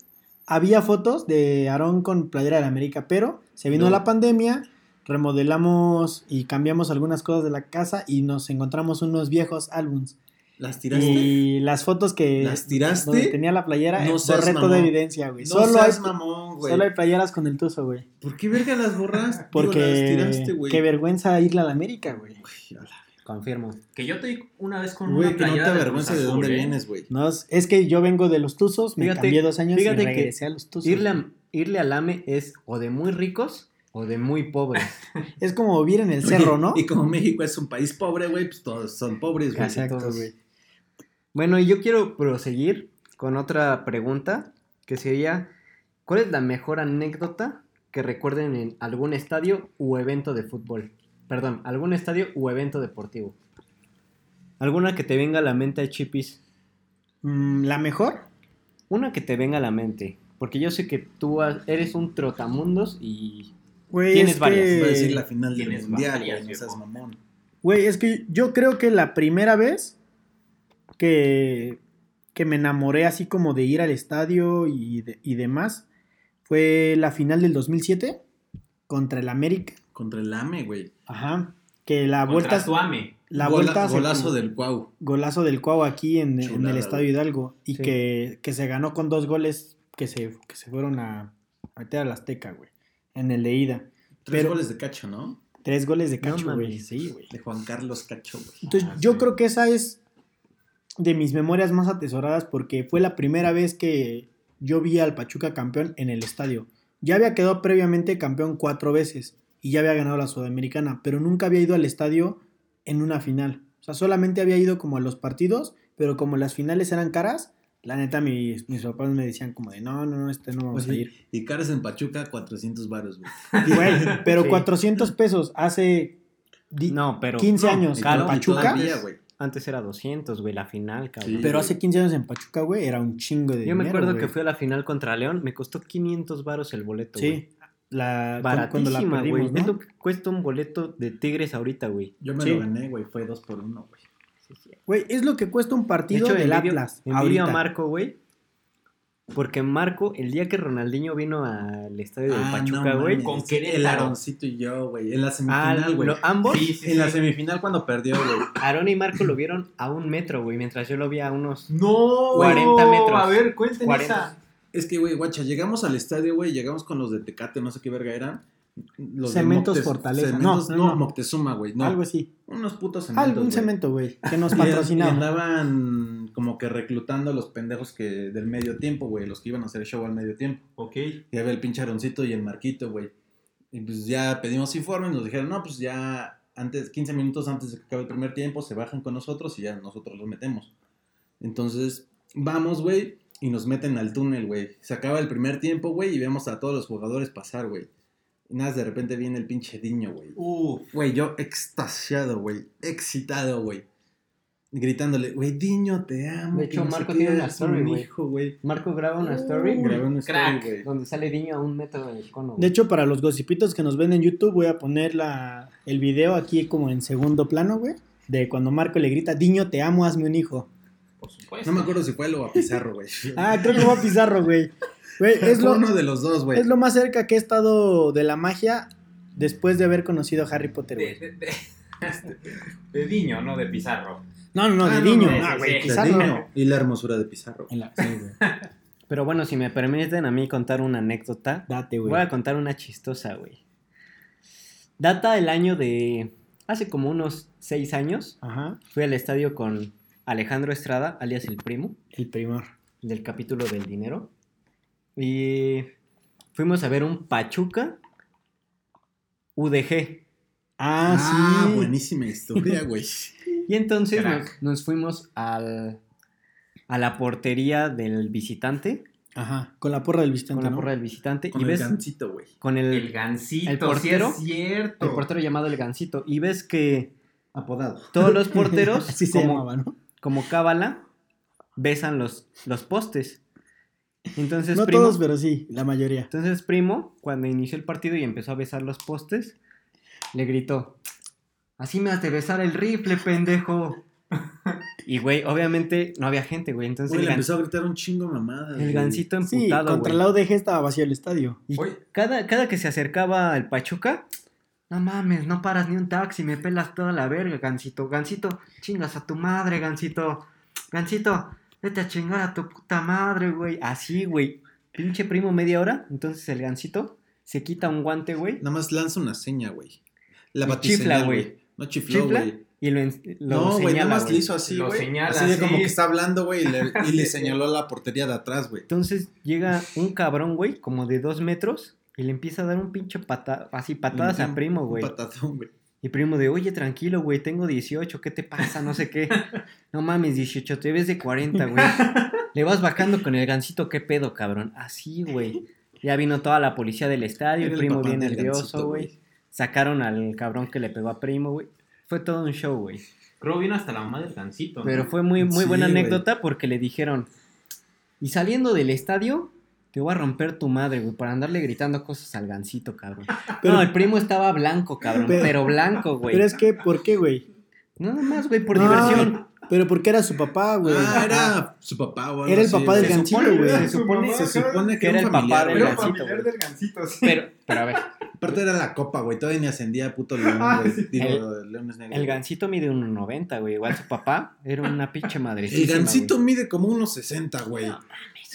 Speaker 2: había fotos de Aarón con playera de la América, pero se vino
Speaker 4: No.
Speaker 2: la pandemia, remodelamos y cambiamos algunas cosas de la casa y nos encontramos unos viejos álbums.
Speaker 4: ¿Las tiraste?
Speaker 2: Y las fotos que
Speaker 4: ¿Las
Speaker 2: donde
Speaker 4: tiraste?
Speaker 2: tenía la playera,
Speaker 4: No
Speaker 2: eh,
Speaker 4: seas
Speaker 2: borré
Speaker 4: mamón.
Speaker 2: toda evidencia, güey.
Speaker 4: No
Speaker 2: solo,
Speaker 4: seas
Speaker 2: hay,
Speaker 4: mamón, güey.
Speaker 2: solo hay playeras con el tuzo, güey.
Speaker 4: ¿Por qué verga las borraste?
Speaker 2: Porque
Speaker 4: las tiraste, güey.
Speaker 2: qué vergüenza irle a la América, güey.
Speaker 4: Ay, a la-
Speaker 3: Confirmo.
Speaker 5: Que yo te di una vez con
Speaker 4: Güey,
Speaker 5: una
Speaker 4: que no te
Speaker 5: playera del
Speaker 4: avergüences
Speaker 5: Cruz
Speaker 4: de dónde
Speaker 5: Azul, ¿eh?
Speaker 4: vienes, güey.
Speaker 2: No, es- es que yo vengo de los tuzos, me
Speaker 3: Fíjate-
Speaker 2: cambié dos años y
Speaker 3: fíjate que
Speaker 2: regresé a los tuzos.
Speaker 3: Irle, a- irle al AME es o de muy ricos o de muy pobres.
Speaker 2: Es como vivir en el cerro, ¿no?
Speaker 4: Y como México es un país pobre, güey, pues todos son pobres, güey.
Speaker 3: Casi.
Speaker 2: Exacto,
Speaker 3: todos.
Speaker 2: güey.
Speaker 3: Bueno, y yo quiero proseguir con otra pregunta, que sería, ¿cuál es la mejor anécdota que recuerden en algún estadio u evento de fútbol? Perdón, algún estadio u evento deportivo. ¿Alguna que te venga a la mente, Chipis?
Speaker 2: Mm, ¿La mejor?
Speaker 3: Una que te venga a la mente, porque yo sé que tú has- eres un trotamundos y...
Speaker 2: Güey,
Speaker 3: Tienes
Speaker 2: es
Speaker 3: varias,
Speaker 4: Voy a
Speaker 2: que-
Speaker 4: decir la final del
Speaker 5: Tienes
Speaker 4: mundial,
Speaker 5: varias,
Speaker 4: güey, no seas
Speaker 5: viejo.
Speaker 4: mamón.
Speaker 2: Güey, es que yo creo que la primera vez que, que me enamoré así como de ir al estadio y, de- y demás fue la final del 2007 contra el América.
Speaker 4: Contra el AME, güey.
Speaker 2: Ajá. Que la
Speaker 5: Contra
Speaker 2: vuelta...
Speaker 5: tu AME.
Speaker 2: La
Speaker 4: Gola-
Speaker 2: vuelta se-
Speaker 4: golazo del guau.
Speaker 2: golazo del Cuau aquí en, en
Speaker 4: Chulada,
Speaker 2: el
Speaker 4: güey.
Speaker 2: Estadio Hidalgo y
Speaker 3: Sí.
Speaker 2: que, que se ganó con dos goles que se, que se fueron a a meter a la Azteca, güey, en el de ida.
Speaker 4: Tres
Speaker 2: Pero-
Speaker 4: goles de Cacho, ¿no?
Speaker 2: Tres goles de
Speaker 3: No
Speaker 2: cacho, güey.
Speaker 3: mames.
Speaker 2: sí, güey.
Speaker 4: De Juan Carlos Cacho, güey.
Speaker 2: Entonces,
Speaker 5: Ah,
Speaker 2: yo
Speaker 5: sí.
Speaker 2: creo que esa es de mis memorias más atesoradas porque fue la primera vez que yo vi al Pachuca campeón en el estadio. Ya había quedado previamente campeón cuatro veces y ya había ganado la Sudamericana, pero nunca había ido al estadio en una final. O sea, solamente había ido como a los partidos, pero como las finales eran caras, la neta mis, mis papás me decían como de no, no, no, este no
Speaker 3: Pues
Speaker 2: vamos a ir.
Speaker 4: Oye, y Caras en Pachuca, 400 varos, güey.
Speaker 2: Güey, pero
Speaker 3: Sí.
Speaker 2: 400 pesos hace di-
Speaker 3: No, pero
Speaker 2: 15
Speaker 3: no,
Speaker 2: años
Speaker 3: claro,
Speaker 2: en
Speaker 4: Y
Speaker 2: Pues Pachuca.
Speaker 4: todavía, güey.
Speaker 3: antes era 200, güey, la final, cabrón.
Speaker 4: Sí.
Speaker 2: Pero hace 15 años en Pachuca, güey, era un chingo de
Speaker 3: Yo me
Speaker 2: dinero,
Speaker 3: acuerdo
Speaker 2: güey.
Speaker 3: que fui a la final contra León, me costó 500 varos el boleto. güey.
Speaker 2: Sí. La, cu- cuando la
Speaker 3: Baratísima, güey.
Speaker 2: perdimos,
Speaker 3: Es lo
Speaker 2: ¿no?
Speaker 3: que cuesta un boleto de Tigres ahorita, güey.
Speaker 4: Yo me
Speaker 2: Sí.
Speaker 4: lo gané, güey. Fue dos por uno, güey.
Speaker 2: Güey, es lo que cuesta un
Speaker 3: De
Speaker 2: partido
Speaker 3: hecho,
Speaker 2: del
Speaker 3: envidio,
Speaker 2: Atlas.
Speaker 3: envidio
Speaker 2: ahorita.
Speaker 3: a Marco, güey. Porque Marco, el día que Ronaldinho vino al
Speaker 2: Eh,
Speaker 3: estadio de
Speaker 4: Ah,
Speaker 3: Pachuca,
Speaker 4: no
Speaker 3: güey.
Speaker 4: mames,
Speaker 5: con
Speaker 4: sí, El
Speaker 5: Querétaro.
Speaker 4: Aaroncito y yo, güey. En la
Speaker 3: ah,
Speaker 4: semifinal, güey.
Speaker 3: lo- ambos,
Speaker 5: Sí, sí,
Speaker 4: en la
Speaker 5: sí.
Speaker 4: semifinal cuando perdió, güey.
Speaker 3: Aarón y Marco lo vieron a un metro, güey. Mientras yo lo vi a unos.
Speaker 5: No,
Speaker 3: 40 metros.
Speaker 5: A ver, cuenten
Speaker 3: 40.
Speaker 5: esa.
Speaker 4: Es que, güey, guacha, llegamos al estadio, güey, llegamos con los de Tecate, no sé qué verga eran. Los de
Speaker 2: Cementos
Speaker 4: Moctez-
Speaker 2: Fortaleza.
Speaker 4: Cementos-
Speaker 2: No,
Speaker 4: no,
Speaker 2: no, no.
Speaker 4: Moctezuma, güey. No,
Speaker 2: Algo así.
Speaker 4: unos putos cementos.
Speaker 2: Algún
Speaker 4: güey.
Speaker 2: cemento, güey, que nos
Speaker 4: Y- Y
Speaker 2: patrocinaba.
Speaker 4: andaban como que reclutando a los pendejos que del medio tiempo, güey, los que iban a hacer show al medio tiempo.
Speaker 5: Ok.
Speaker 4: Y había el pinche Aroncito y el Marquito, güey. Y pues ya pedimos informes, nos dijeron, no, pues ya antes, 15 minutos antes de que acabe el primer tiempo, se bajan con nosotros y ya nosotros los metemos. Entonces, vamos, güey, y nos meten al túnel, güey. Se acaba el primer tiempo, güey, y vemos a todos los jugadores pasar, güey. Y nada, de repente viene el pinche niño, güey.
Speaker 5: Uf.
Speaker 4: Güey, yo extasiado, güey. Excitado, güey. Gritándole, güey, Diño, te amo.
Speaker 3: De
Speaker 4: que
Speaker 3: hecho,
Speaker 4: sé
Speaker 3: Marco
Speaker 4: qué,
Speaker 3: tiene una
Speaker 4: eres
Speaker 3: story,
Speaker 4: un
Speaker 3: güey.
Speaker 4: hijo, güey.
Speaker 3: Marco graba una story
Speaker 4: Grabé una story,
Speaker 5: crack.
Speaker 4: güey.
Speaker 3: donde sale Diño a un metro del cono.
Speaker 2: De hecho, para los gocipitos que nos ven en YouTube, voy a poner la, el video aquí como en segundo plano, güey. De cuando Marco le grita, Diño, te amo, hazme un hijo.
Speaker 5: Por supuesto.
Speaker 4: No me acuerdo si fue lo a Pizarro, güey.
Speaker 2: Ah, creo que fue a Pizarro, güey. Güey,
Speaker 3: Ah,
Speaker 2: es
Speaker 4: Fue
Speaker 2: lo,
Speaker 4: uno de los dos, güey.
Speaker 2: es lo más cerca que he estado de la magia después de haber conocido a Harry Potter,
Speaker 5: de,
Speaker 2: güey.
Speaker 5: de, de, de Diño, no de Pizarro.
Speaker 2: No, no, no,
Speaker 4: Ah,
Speaker 2: de
Speaker 4: no,
Speaker 2: Diño.
Speaker 5: no,
Speaker 2: Ah,
Speaker 5: sí,
Speaker 2: güey,
Speaker 5: sí,
Speaker 4: De
Speaker 2: Pizarro.
Speaker 4: Diño Y la hermosura de Pizarro.
Speaker 2: En la- sí, güey.
Speaker 3: Pero bueno, si me permiten a mí contar una anécdota.
Speaker 2: Date,
Speaker 3: Voy
Speaker 2: güey.
Speaker 3: a contar una chistosa, güey. Data el año de. Hace como unos seis años.
Speaker 2: Ajá,
Speaker 3: Fui al estadio con Alejandro Estrada, alias el primo,
Speaker 2: el primor.
Speaker 3: del capítulo del dinero. Y fuimos a ver un Pachuca UDG.
Speaker 2: Ah,
Speaker 4: Ah,
Speaker 2: sí.
Speaker 4: buenísima historia, güey.
Speaker 3: Y entonces
Speaker 5: Crack.
Speaker 3: nos, nos fuimos al, a la portería del visitante,
Speaker 2: Ajá, con la porra del visitante,
Speaker 3: con la
Speaker 2: ¿no?
Speaker 3: porra del visitante,
Speaker 4: Con
Speaker 3: y
Speaker 4: el
Speaker 3: ves
Speaker 4: gancito, güey.
Speaker 3: con el,
Speaker 5: El gancito.
Speaker 3: ¿El portero?
Speaker 5: sí es cierto.
Speaker 3: el portero llamado El Gancito. Y ves que
Speaker 4: Apodado.
Speaker 3: todos los porteros,
Speaker 2: Así se
Speaker 3: como,
Speaker 2: llamaba, ¿no?
Speaker 3: como cábala, besan los, los postes. Entonces,
Speaker 2: No
Speaker 3: primo-
Speaker 2: todos, pero sí, la mayoría.
Speaker 3: Entonces, primo, cuando inició el partido y empezó a besar los postes, le gritó: Así me has de besar el rifle, pendejo. y, güey, obviamente no había gente, güey. Entonces,
Speaker 4: Güey, le
Speaker 3: el, gan-
Speaker 4: empezó a gritar un chingo mamada.
Speaker 3: el gancito
Speaker 2: Sí,
Speaker 3: emputado.
Speaker 2: contra
Speaker 3: güey.
Speaker 2: la UDG estaba vacío el estadio.
Speaker 3: Y
Speaker 5: Oye.
Speaker 3: cada, cada que se acercaba al Pachuca, no mames, no paras ni un taxi, me pelas toda la verga, Gancito. Gancito, chingas a tu madre, Gancito. Gancito, vete a chingar a tu puta madre, güey. Así, güey. Pinche primo, media hora. Entonces el Gancito se quita un guante, güey.
Speaker 4: Nada más lanza una seña, güey. La
Speaker 3: Y
Speaker 4: batiseñal,
Speaker 3: chifla, güey.
Speaker 4: No chifló,
Speaker 3: Chifla
Speaker 4: güey.
Speaker 3: y lo, en- lo
Speaker 4: No, güey, nada
Speaker 3: señala,
Speaker 4: más
Speaker 3: güey.
Speaker 4: le hizo así,
Speaker 5: Lo
Speaker 4: güey.
Speaker 5: señala,
Speaker 4: Así de
Speaker 5: sí.
Speaker 4: como que está hablando, güey, y le, y le señaló la portería de atrás, güey.
Speaker 3: Entonces llega un cabrón, güey, como de dos metros. Y le empieza a dar un pinche pata, así patadas
Speaker 4: Le metió
Speaker 3: a
Speaker 4: un-
Speaker 3: primo,
Speaker 4: un
Speaker 3: güey.
Speaker 4: Patadón, güey.
Speaker 3: Y primo de, oye, tranquilo, güey, tengo 18, ¿qué te pasa? No sé qué. No mames, 18, te ves de 40, güey. Le vas bajando con el gancito, ¿qué pedo, cabrón? Así, güey. Ya vino toda la policía del estadio,
Speaker 4: Era
Speaker 3: el primo
Speaker 4: papá
Speaker 3: bien
Speaker 4: del
Speaker 3: nervioso,
Speaker 4: Gancito,
Speaker 3: güey. Sacaron al cabrón que le pegó a primo, güey. Fue todo un show, güey.
Speaker 5: Creo vino hasta la mamá del gancito. ¿no?
Speaker 3: Pero fue muy, muy
Speaker 4: Sí,
Speaker 3: buena
Speaker 4: güey.
Speaker 3: anécdota porque le dijeron, y saliendo del estadio, te voy a romper tu madre, güey, para andarle gritando cosas al gancito, cabrón.
Speaker 2: Pero-
Speaker 3: Ah, no, el primo estaba blanco, cabrón,
Speaker 2: Pero-
Speaker 3: pero, blanco, güey.
Speaker 2: Pero es que, ¿por qué, güey?
Speaker 3: Nada más, güey, por
Speaker 2: No,
Speaker 3: diversión.
Speaker 2: Pero porque era su papá, güey.
Speaker 4: Ah, era su papá, güey.
Speaker 2: Era el papá del
Speaker 3: Se
Speaker 2: gancito,
Speaker 3: supone,
Speaker 2: güey.
Speaker 3: Se supone,
Speaker 4: Se supone que
Speaker 3: era
Speaker 4: era
Speaker 3: el
Speaker 4: un
Speaker 3: papá
Speaker 4: familiar,
Speaker 3: del
Speaker 4: güey.
Speaker 5: Era
Speaker 3: gancito,
Speaker 5: familiar
Speaker 3: güey.
Speaker 5: del gancito, sí.
Speaker 3: Pero, pero a ver,
Speaker 4: Aparte era la copa, güey. Todavía ni ascendía puto león,
Speaker 3: Ah,
Speaker 4: güey. Digo, leones negros.
Speaker 3: el
Speaker 4: güey.
Speaker 3: gancito mide 1.90, güey. Igual su papá era una pinche
Speaker 4: El
Speaker 3: madrecita.
Speaker 4: gancito mide como unos 60, güey.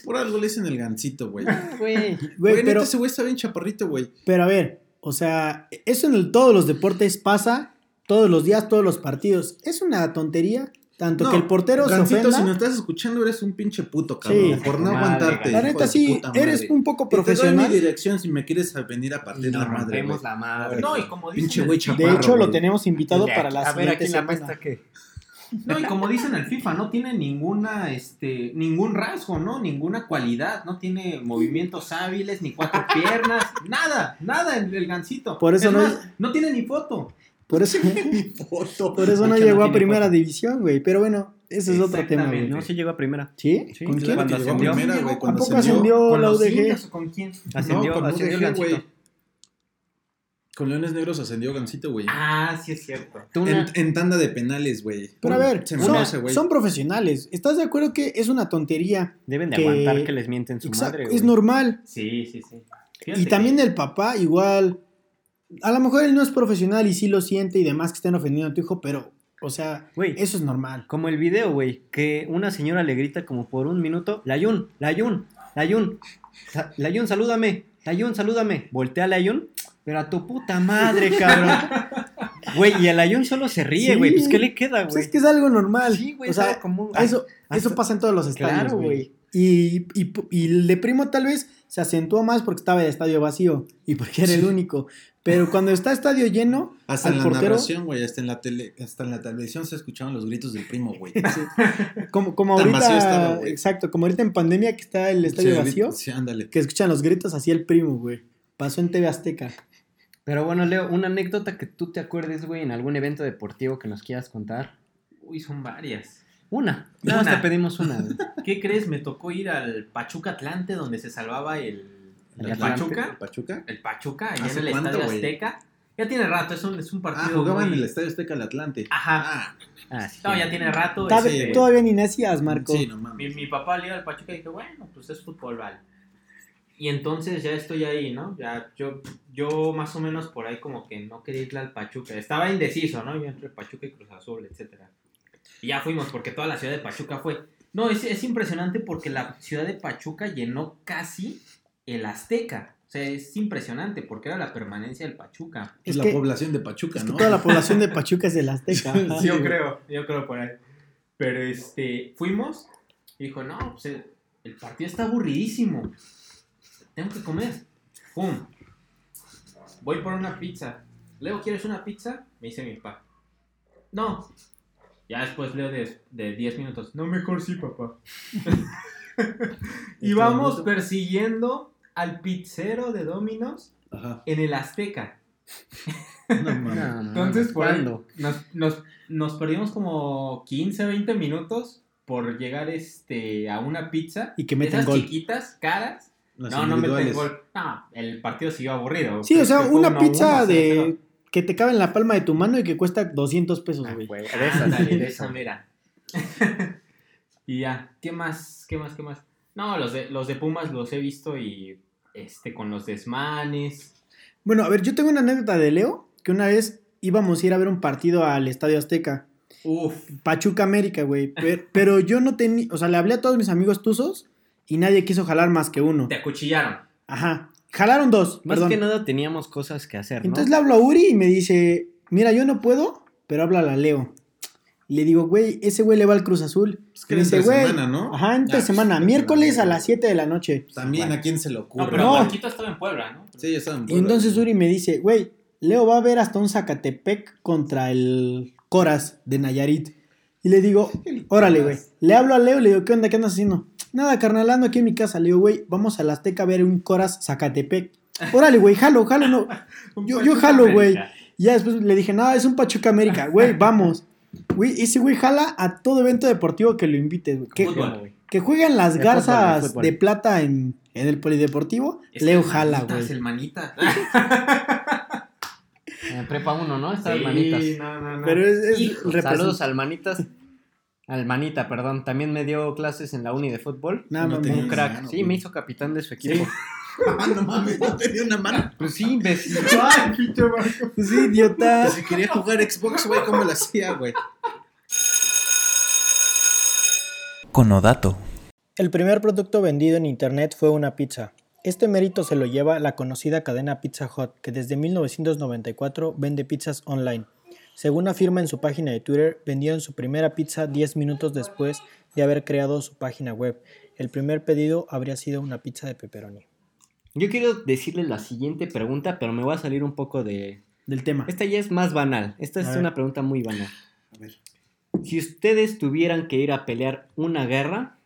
Speaker 4: Por algo le dicen el gancito, güey.
Speaker 3: güey.
Speaker 2: Güey,
Speaker 4: pero
Speaker 2: pero,
Speaker 4: ese güey está bien chaparrito, güey.
Speaker 2: pero a ver, o sea, eso en el- todos los deportes pasa, todos los días, todos los partidos. Es una tontería, tanto
Speaker 4: No,
Speaker 2: que el portero se
Speaker 4: Gancito,
Speaker 2: ofenda.
Speaker 4: si nos estás escuchando, eres un pinche puto,
Speaker 2: Sí.
Speaker 4: cabrón. Por no
Speaker 3: Madre,
Speaker 4: aguantarte.
Speaker 2: La
Speaker 3: hijo
Speaker 2: neta, sí, eres un poco
Speaker 4: Te doy mi
Speaker 2: profesional.
Speaker 4: dirección si me quieres venir a partir
Speaker 3: Nos
Speaker 4: la madre.
Speaker 3: rompemos
Speaker 4: güey.
Speaker 3: la madre.
Speaker 5: No,
Speaker 3: güey.
Speaker 5: y como dicen.
Speaker 4: Pinche
Speaker 5: en-
Speaker 4: güey
Speaker 2: De
Speaker 4: chaparro.
Speaker 2: hecho, lo
Speaker 4: güey.
Speaker 2: tenemos invitado
Speaker 3: Dile
Speaker 2: para
Speaker 3: aquí-
Speaker 2: la
Speaker 3: A ver,
Speaker 2: siguiente
Speaker 3: aquí la
Speaker 2: semana.
Speaker 3: pesta que.
Speaker 5: No, y como dicen el FIFA, no tiene ninguna, este, ningún rasgo, ¿no? Ninguna cualidad, no tiene movimientos hábiles, ni cuatro piernas, nada, nada el, el gancito.
Speaker 2: Por eso
Speaker 5: Es
Speaker 2: no-
Speaker 5: más, no tiene ni foto.
Speaker 2: Por eso,
Speaker 4: Foto.
Speaker 2: por eso no
Speaker 3: De hecho, no
Speaker 2: llegó a
Speaker 3: tiene
Speaker 2: primera
Speaker 3: cuatro.
Speaker 2: división, güey. Pero bueno, ese es otro tema, güey.
Speaker 5: Exactamente.
Speaker 3: No, sí llegó a primera.
Speaker 2: ¿Sí?
Speaker 3: Sí,
Speaker 2: ¿Con
Speaker 3: claro
Speaker 2: quién?
Speaker 3: que
Speaker 4: Cuando
Speaker 3: llegó
Speaker 4: ascendió.
Speaker 3: primera,
Speaker 5: güey,
Speaker 4: güey,
Speaker 2: cuando
Speaker 4: cuando
Speaker 2: ascendió.
Speaker 5: ¿Con
Speaker 2: la
Speaker 5: los
Speaker 2: UDG?
Speaker 5: indios o con quién?
Speaker 3: Ascendió,
Speaker 4: con
Speaker 3: ascendió el
Speaker 4: UDG,
Speaker 3: gancito.
Speaker 4: güey. Con Leones Negros ascendió Gancito, güey.
Speaker 5: Ah, sí es cierto.
Speaker 3: Tú una-
Speaker 4: en, en tanda de penales, güey.
Speaker 2: Pero a ver,
Speaker 4: se me
Speaker 2: son,
Speaker 4: hace, güey.
Speaker 2: son profesionales. ¿Estás de acuerdo que es una tontería?
Speaker 3: Deben de
Speaker 2: que-
Speaker 3: aguantar que les mienten su
Speaker 2: Exacto,
Speaker 3: madre.
Speaker 2: es
Speaker 3: güey.
Speaker 2: normal.
Speaker 5: Sí, sí, sí. Fíjate
Speaker 2: Y
Speaker 5: que-
Speaker 2: también el papá, igual. A lo mejor él no es profesional y sí lo siente y demás que estén ofendiendo a tu hijo, pero, o sea,
Speaker 3: Güey,
Speaker 2: eso es normal.
Speaker 3: Como el video, güey, que una señora le grita como por un minuto, Layun, Layun, Layun, sa- Layun, salúdame, Layun, salúdame. Voltea a Layun, pero a tu puta madre, cabrón. Güey, y el Layun solo se ríe,
Speaker 2: Sí.
Speaker 3: güey, pues ¿qué le queda,
Speaker 2: Pues
Speaker 3: güey?
Speaker 2: es que es algo normal.
Speaker 3: Sí, güey,
Speaker 2: o sea,
Speaker 3: sabe como-
Speaker 2: eso,
Speaker 3: Ay,
Speaker 2: eso
Speaker 3: hasta-
Speaker 2: pasa en todos los estadios.
Speaker 3: Claro,
Speaker 2: güey.
Speaker 3: güey.
Speaker 2: Y, y, y el de primo tal vez se acentuó más porque estaba el estadio vacío y porque era el único. Pero cuando está estadio lleno,
Speaker 4: Hasta
Speaker 2: al
Speaker 4: en la
Speaker 2: portero-
Speaker 4: narración, güey, hasta en la tele, hasta en la televisión se escuchaban los gritos del primo, güey.
Speaker 2: como, como
Speaker 4: Tan vacío
Speaker 2: ahorita,
Speaker 4: estaba, güey.
Speaker 2: exacto, como ahorita en pandemia que está el
Speaker 4: Sí,
Speaker 2: estadio vacío,
Speaker 4: Sí, ándale.
Speaker 2: que escuchan los gritos así el primo, güey. Pasó en TV Azteca.
Speaker 3: Pero bueno, Leo, una anécdota que tú te acuerdes, güey, en algún evento deportivo que nos quieras contar.
Speaker 5: Uy, son varias.
Speaker 3: Una, nada más
Speaker 5: Una.
Speaker 3: te pedimos una. güey.
Speaker 5: ¿Qué crees? Me tocó ir al Pachuca Atlante donde se salvaba el,
Speaker 3: El
Speaker 5: el
Speaker 3: Atlante.
Speaker 5: Pachuca.
Speaker 4: ¿Pachuca?
Speaker 5: El Pachuca, allá en
Speaker 4: ¿Hace
Speaker 5: el
Speaker 4: cuánto,
Speaker 5: Estadio
Speaker 4: güey?
Speaker 5: Azteca. Ya tiene rato, es un, es un
Speaker 4: Ah,
Speaker 5: partido.
Speaker 4: jugaban en
Speaker 5: muy-
Speaker 4: el Estadio Azteca del Atlante.
Speaker 5: Ajá.
Speaker 4: Ah,
Speaker 3: Ah, sí.
Speaker 5: No, ya tiene rato.
Speaker 2: Tab-
Speaker 5: este,
Speaker 2: Todavía ni nacías, Marco.
Speaker 4: Sí, no mames.
Speaker 5: mi, mi papá le iba al Pachuca y dije, bueno, pues es fútbol, vale. Y entonces ya estoy ahí, ¿no? Ya yo, yo más o menos por ahí como que no quería irle al Pachuca. Estaba indeciso, ¿no? Yo entre Pachuca y Cruz Azul, etcétera. Y ya fuimos porque toda la ciudad de Pachuca fue. No, es, es impresionante porque la ciudad de Pachuca llenó casi el Azteca. O sea, es impresionante porque era la permanencia del Pachuca.
Speaker 4: Es
Speaker 2: Es
Speaker 4: la
Speaker 2: que-
Speaker 4: población de Pachuca,
Speaker 2: Es que
Speaker 4: ¿no?
Speaker 2: toda la población de Pachuca es del Azteca. ajá.
Speaker 5: yo creo, yo creo por ahí. Pero este, fuimos y dijo, no, pues el, el partido está aburridísimo. Tengo que comer. Pum. Voy por una pizza. Leo, ¿quieres una pizza? Me dice mi papá. No. Ya después Leo de de 10 minutos. No, mejor sí, papá. y vamos persiguiendo al pizzero de Dominos
Speaker 4: Ajá.
Speaker 5: en el Azteca.
Speaker 4: No mames.
Speaker 3: No, no,
Speaker 5: Entonces, por
Speaker 2: pues,
Speaker 5: ahí
Speaker 3: ¿cuándo?
Speaker 5: Nos, nos- nos perdimos como 15, 20 minutos por llegar este, a una pizza.
Speaker 2: Y que metan
Speaker 5: Esas
Speaker 2: gol.
Speaker 5: chiquitas, caras.
Speaker 4: Las
Speaker 5: no, no meten
Speaker 4: individuales.
Speaker 5: gol. No, el partido siguió aburrido.
Speaker 2: Sí, o sea,
Speaker 5: Creo que fue
Speaker 2: una
Speaker 5: uno a
Speaker 2: pizza
Speaker 5: uno,
Speaker 2: de
Speaker 5: cero a cero.
Speaker 2: que te cabe en la palma de tu mano y que cuesta 200 pesos,
Speaker 3: Ah,
Speaker 2: güey.
Speaker 3: güey, de esas,
Speaker 5: Ándale,
Speaker 3: de
Speaker 5: de
Speaker 3: esas.
Speaker 5: esa mera. y ya, ¿qué más? ¿Qué más? ¿Qué más? No, los de, los de Pumas los he visto y este con los desmanes.
Speaker 2: Bueno, a ver, yo tengo una anécdota de Leo que una vez íbamos a ir a ver un partido al Estadio Azteca,
Speaker 5: Uf,
Speaker 2: Pachuca América, güey. per- Pero, yo no tenía, o sea, le hablé a todos mis amigos tuzos y nadie quiso jalar más que uno.
Speaker 5: te acuchillaron.
Speaker 2: Ajá, jalaron dos,
Speaker 3: Más
Speaker 2: perdón.
Speaker 3: que nada teníamos cosas que hacer, ¿no?
Speaker 2: Entonces le hablo a Uri y me dice, mira, yo no puedo, pero háblala a Leo. Le digo, güey, ese güey le va al Cruz Azul.
Speaker 4: Es que
Speaker 2: Me dice,
Speaker 4: entre
Speaker 2: güey.
Speaker 4: Pues, semana, ¿no?
Speaker 2: Ajá, entre
Speaker 4: Ah,
Speaker 2: semana,
Speaker 4: pues,
Speaker 2: miércoles a
Speaker 4: semana.
Speaker 2: las 7 de la noche.
Speaker 4: También a quién se le ocurre.
Speaker 5: No, pero
Speaker 2: No.
Speaker 5: Marquito estaba en Puebla, ¿no?
Speaker 4: Sí, ya saben.
Speaker 2: Y entonces Uri me dice, güey, Leo va a ver hasta un Zacatepec contra el Coras de Nayarit. Y le digo, órale, güey. Le hablo a Leo y le digo, ¿qué onda? ¿Qué andas haciendo? Nada, carnal, ando aquí en mi casa. Le digo, güey, vamos al Azteca a ver un Coras Zacatepec. Órale, güey, jalo, jalo, no. Yo- yo jalo, güey. Y ya después le dije, no, es un Pachuca América, güey, vamos. Güey, ese güey jala a todo evento deportivo que lo invite, güey. Que,
Speaker 5: Fútbol.
Speaker 2: que juegan las
Speaker 3: De fútbol, de
Speaker 2: garzas de,
Speaker 3: fútbol.
Speaker 2: plata en, en el polideportivo,
Speaker 5: Es
Speaker 2: Leo
Speaker 5: que
Speaker 2: jala,
Speaker 5: manitas,
Speaker 2: güey.
Speaker 5: El manita.
Speaker 3: En Eh, prepa 1, ¿no? Estas
Speaker 5: Sí,
Speaker 3: manitas.
Speaker 5: no, no, no.
Speaker 2: Pero es, es
Speaker 5: Hijo,
Speaker 2: represent-
Speaker 3: Saludos al manitas. Al manita, perdón. También me dio clases en la uni de fútbol.
Speaker 2: Nada,
Speaker 4: No
Speaker 2: mamá.
Speaker 4: tenía
Speaker 3: Un crack.
Speaker 4: mano,
Speaker 3: sí,
Speaker 4: güey.
Speaker 3: me hizo capitán de su equipo.
Speaker 4: Ah, no mames, no tenía una mano.
Speaker 3: Pues sí, imbécil.
Speaker 2: Sí, idiota.
Speaker 3: Ah.
Speaker 4: Pues si quería jugar Xbox, güey, ¿cómo lo hacía, güey?
Speaker 6: Conodato.
Speaker 2: El primer producto vendido en internet fue una pizza. Este mérito se lo lleva la conocida cadena Pizza Hut, que desde 1994 vende pizzas online. Según afirma en su página de Twitter, vendieron su primera pizza 10 minutos después de haber creado su página web. El primer pedido habría sido una pizza de pepperoni.
Speaker 3: Yo quiero decirles la siguiente pregunta, pero me voy a salir un poco de.
Speaker 2: Del tema.
Speaker 3: Esta ya es más banal. Esta
Speaker 2: A
Speaker 3: es
Speaker 2: ver.
Speaker 3: una pregunta muy banal.
Speaker 4: A ver.
Speaker 3: Si ustedes tuvieran que ir a pelear una guerra,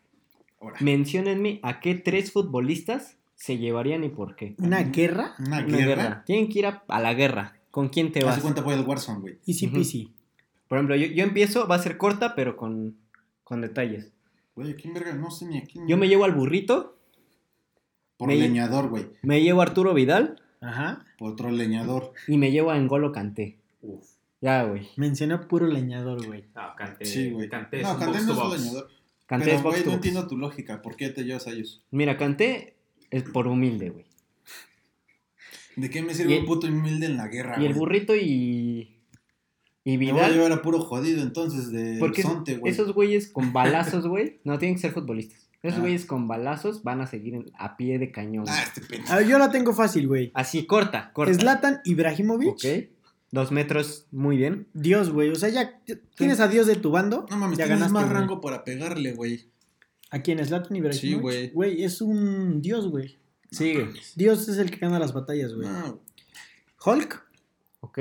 Speaker 4: Ahora.
Speaker 3: menciónenme a qué tres futbolistas se llevarían y por qué.
Speaker 2: ¿Una guerra?
Speaker 4: Una
Speaker 3: Una
Speaker 4: guerra. Ah,
Speaker 3: guerra. Tienen que ir a, a la guerra. ¿Con quién te
Speaker 4: Hace
Speaker 3: vas?
Speaker 4: cuenta voy al Warzone, güey.
Speaker 2: Easy
Speaker 3: Ujú.
Speaker 2: peasy.
Speaker 3: Por ejemplo, yo, yo empiezo, va a ser corta, pero con, con detalles.
Speaker 4: Güey, ¿a quién verga? No sé ni a quién.
Speaker 3: Yo me llevo al burrito,
Speaker 4: Por
Speaker 3: me-
Speaker 4: leñador, güey.
Speaker 3: me llevo a Arturo Vidal
Speaker 2: Ajá.
Speaker 4: por otro leñador.
Speaker 3: Y me llevo a Engolo Canté.
Speaker 5: Uf.
Speaker 3: Ya, güey.
Speaker 2: Menciona puro leñador, güey.
Speaker 5: No,
Speaker 3: Eh,
Speaker 5: Canté.
Speaker 4: Sí, güey.
Speaker 5: Canté es
Speaker 4: no,
Speaker 5: un
Speaker 4: Canté
Speaker 5: box
Speaker 4: no
Speaker 5: to
Speaker 4: es
Speaker 5: box.
Speaker 4: un leñador.
Speaker 3: Canté
Speaker 4: Pero,
Speaker 3: es box
Speaker 4: güey,
Speaker 3: to
Speaker 4: no
Speaker 3: box.
Speaker 4: entiendo tu lógica. ¿Por qué te llevas a ellos?
Speaker 3: Mira, Canté es por humilde, güey.
Speaker 4: ¿De qué me
Speaker 3: Y
Speaker 4: sirve
Speaker 3: el-
Speaker 4: un puto humilde en la guerra?
Speaker 3: Y el
Speaker 4: güey?
Speaker 3: burrito y. Y
Speaker 4: Me voy a
Speaker 3: Vidal.
Speaker 4: llevar a puro jodido entonces de
Speaker 3: Porque
Speaker 4: Sonte, güey.
Speaker 3: esos güeyes con balazos, güey. No tienen que ser futbolistas. Esos
Speaker 4: Ah.
Speaker 3: güeyes con balazos van a seguir en- a pie de cañón. güey.
Speaker 4: Ah, este pendejo.
Speaker 2: A ver, yo la tengo fácil, güey.
Speaker 3: Así, corta, corta.
Speaker 2: Zlatan Ibrahimovic.
Speaker 3: Ok. Dos metros, muy bien.
Speaker 2: Dios, güey. O sea, ya t- tienes a Dios de tu bando.
Speaker 4: No mames,
Speaker 2: ya
Speaker 4: tienes
Speaker 2: ganaste
Speaker 4: más
Speaker 2: güey.
Speaker 4: rango para pegarle, güey.
Speaker 2: ¿A quién? ¿Zlatan Ibrahimovic?
Speaker 4: Sí, güey.
Speaker 2: Güey, es un Dios, güey.
Speaker 3: Sigue.
Speaker 2: Dios es el que gana las batallas, güey.
Speaker 4: No,
Speaker 2: ¿Hulk?
Speaker 3: Ok.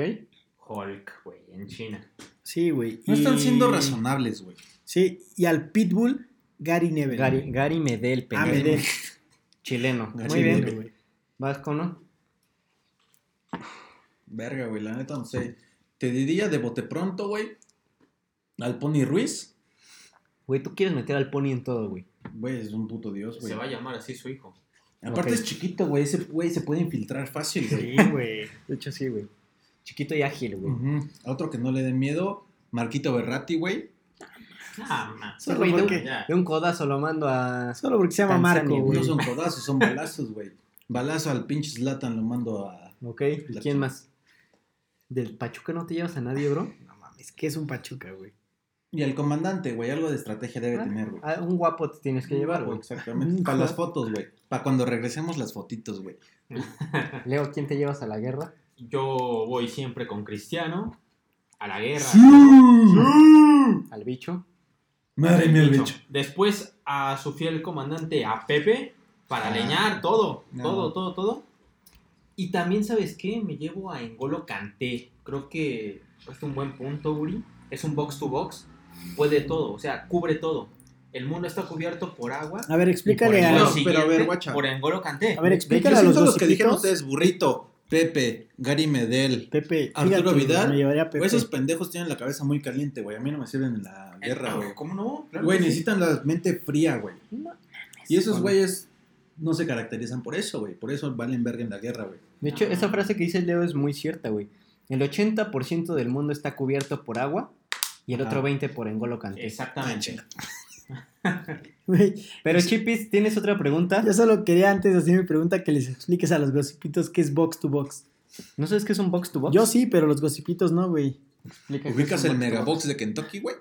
Speaker 5: Hulk, güey, en China.
Speaker 2: Sí, güey.
Speaker 4: no están
Speaker 2: Y-
Speaker 4: siendo razonables, güey.
Speaker 2: Sí, y al Pitbull, Gary Neville.
Speaker 3: Gary, Gary Medel,
Speaker 2: Ah,
Speaker 3: pendejo.
Speaker 2: me de-
Speaker 3: Chileno.
Speaker 4: Gary
Speaker 3: Muy bien.
Speaker 4: Medel.
Speaker 2: güey.
Speaker 3: Vas con uno.
Speaker 4: Verga, güey, la neta no sé. Te diría de bote pronto, güey. Al Pony Ruiz.
Speaker 3: Güey, tú quieres meter al pony en todo, güey.
Speaker 4: Güey, es un puto dios, güey.
Speaker 5: Se va a llamar así su hijo.
Speaker 4: Aparte
Speaker 3: Ok.
Speaker 4: es chiquito, güey. Ese güey se puede infiltrar fácil, güey.
Speaker 2: Sí, güey.
Speaker 3: De hecho, sí, güey. Chiquito y ágil, güey.
Speaker 4: Ujú. A otro que no le dé miedo, Marquito Berratti, güey.
Speaker 5: Ah, man.
Speaker 2: Solo
Speaker 3: Güey, de,
Speaker 2: porque-
Speaker 3: un- de un codazo lo mando a.
Speaker 2: Solo porque se llama
Speaker 3: Tanzania,
Speaker 2: Marco,
Speaker 3: güey.
Speaker 2: güey.
Speaker 4: No son codazos, son balazos, güey. Balazo al pinche Slatan lo mando a.
Speaker 3: Ok. ¿Y quién más? Del Pachuca no te llevas a nadie, bro.
Speaker 2: No mames, que es un Pachuca, güey.
Speaker 4: Y al comandante, güey. Algo de estrategia debe
Speaker 3: Ah,
Speaker 4: tener, güey.
Speaker 3: A un guapo te tienes que llevar, güey.
Speaker 4: Exactamente. Para las fotos, güey. Para cuando regresemos las fotitos, güey.
Speaker 3: Leo, ¿quién te llevas a la guerra?
Speaker 5: Yo voy siempre con Cristiano a la guerra.
Speaker 3: Al bicho.
Speaker 4: Madre mía, el bicho.
Speaker 5: Después a su fiel comandante, a Pepe, para
Speaker 4: Ah.
Speaker 5: leñar todo,
Speaker 4: No.
Speaker 5: todo, todo, todo. Y también, ¿sabes qué? Me llevo a Engolo Canté. Creo que es un buen punto, Uri. Es un box to box. Puede todo, o sea, cubre todo. El mundo está cubierto por agua.
Speaker 2: A ver, explícale
Speaker 5: Y
Speaker 4: el
Speaker 5: lo
Speaker 2: Eh, a,
Speaker 4: Dios. pero a ver,
Speaker 5: siguiente,
Speaker 4: guacha.
Speaker 5: Por Engolo Canté.
Speaker 2: a ver,
Speaker 4: De hecho,
Speaker 2: explícale a los
Speaker 4: siento los
Speaker 2: dos
Speaker 4: que dijeron
Speaker 2: hijitos.
Speaker 4: ustedes, burrito, Pepe, Gary Medel.
Speaker 2: Pepe,
Speaker 4: Arturo
Speaker 2: fíjate, güey,
Speaker 4: Vidal,
Speaker 2: me llevaría a
Speaker 4: Güey,
Speaker 2: Pepe.
Speaker 4: Esos pendejos tienen la cabeza muy caliente, güey. A mí no me sirven en la
Speaker 5: El-
Speaker 4: guerra, güey.
Speaker 5: ¿Cómo no? Claro
Speaker 4: Güey,
Speaker 5: que sí.
Speaker 4: necesitan la mente fría, güey. Y esos
Speaker 3: Bueno.
Speaker 4: güeyes no se caracterizan por eso, güey. Por eso valen verga en la guerra, güey.
Speaker 3: De hecho, esa frase que dice Leo es muy cierta, güey. El 80% del mundo está cubierto por agua y el
Speaker 4: Ajá.
Speaker 2: Ah.
Speaker 3: otro 20% por engolo canté.
Speaker 2: Eh.
Speaker 5: Exactamente.
Speaker 2: Güey,
Speaker 3: Pero Chipis, ¿tienes otra pregunta?
Speaker 2: yo solo quería antes hacer mi pregunta que les expliques a los gossipitos qué es box to box.
Speaker 3: ¿No sabes qué es un box to box?
Speaker 2: Yo sí, pero los gossipitos no, güey.
Speaker 3: Explica qué
Speaker 4: Ubicas
Speaker 3: es un box to
Speaker 4: el
Speaker 3: box.
Speaker 4: megabox de Kentucky, güey.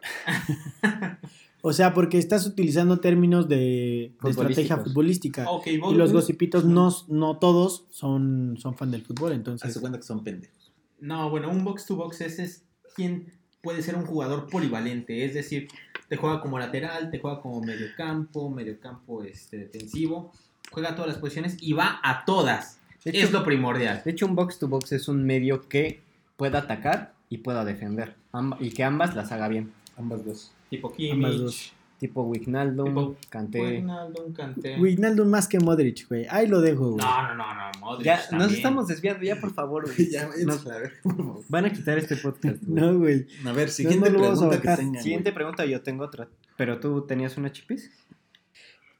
Speaker 2: O sea, porque estás utilizando términos de, de estrategia
Speaker 3: Futbolísticos.
Speaker 2: futbolística.
Speaker 5: Ok,
Speaker 2: Y
Speaker 5: vos-
Speaker 2: los gossipitos no, no todos son, son fan del fútbol, entonces.
Speaker 4: Hace cuenta que son pendejos.
Speaker 5: No, bueno, un box to box es, es quien puede ser un jugador polivalente, es decir, te juega como lateral, te juega como mediocampo, mediocampo este, defensivo, juega todas las posiciones y va a todas.
Speaker 3: De
Speaker 5: es
Speaker 3: hecho,
Speaker 5: lo primordial.
Speaker 3: de hecho, un box to box es un medio que pueda atacar y pueda defender. Amba- y que ambas las haga bien.
Speaker 4: Ambas dos.
Speaker 5: Tipo
Speaker 2: Ambas
Speaker 5: Kimmich,
Speaker 2: dos.
Speaker 3: Tipo Wijnaldum,
Speaker 5: Tipo
Speaker 3: Kanté.
Speaker 5: Wijnaldum, Kanté.
Speaker 2: Wijnaldum más que Modric, güey. Ahí lo dejo, güey.
Speaker 5: No, no, no, no, Modric
Speaker 3: Pues Ya, nos
Speaker 5: también.
Speaker 3: estamos desviando ya, por favor, güey.
Speaker 4: ya,
Speaker 3: Nos-
Speaker 4: a ver. por favor.
Speaker 3: van a quitar este podcast. güey.
Speaker 2: No, güey.
Speaker 4: A ver, siguiente
Speaker 2: no lo vamos a
Speaker 4: pregunta que
Speaker 2: bajar.
Speaker 4: tengan. güey.
Speaker 3: Siguiente pregunta, yo tengo otra. Pero tú tenías una Chipis.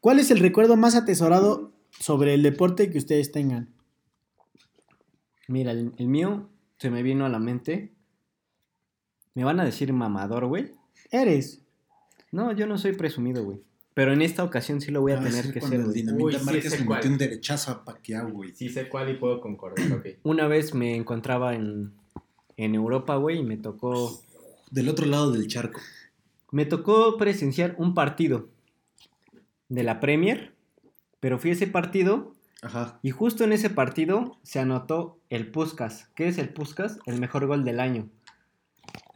Speaker 2: ¿Cuál es el recuerdo más atesorado sobre el deporte que ustedes tengan?
Speaker 3: Mira, el, el mío se me vino a la mente. Me van a decir mamador, güey.
Speaker 2: Eres.
Speaker 3: No, yo no soy presumido, güey. Pero en esta ocasión sí lo voy a
Speaker 4: Ah,
Speaker 3: tener
Speaker 4: sí,
Speaker 3: que
Speaker 4: cuando
Speaker 3: ser,
Speaker 4: el
Speaker 3: güey.
Speaker 5: Uy,
Speaker 4: Dinamita
Speaker 5: sí,
Speaker 4: Márquez
Speaker 5: sé
Speaker 4: le
Speaker 5: cuál.
Speaker 4: metió un derechazo a Pacquiao, güey.
Speaker 5: Sí sé cuál y puedo concordar, ok.
Speaker 3: Una vez me encontraba en, en Europa, güey, y me tocó.
Speaker 4: Del otro lado del charco.
Speaker 3: Me tocó presenciar un partido de la Premier. Pero fui a ese partido
Speaker 4: Ajá.
Speaker 3: y justo en ese partido se anotó el Puskas. ¿Qué es el Puskas? El mejor gol del año.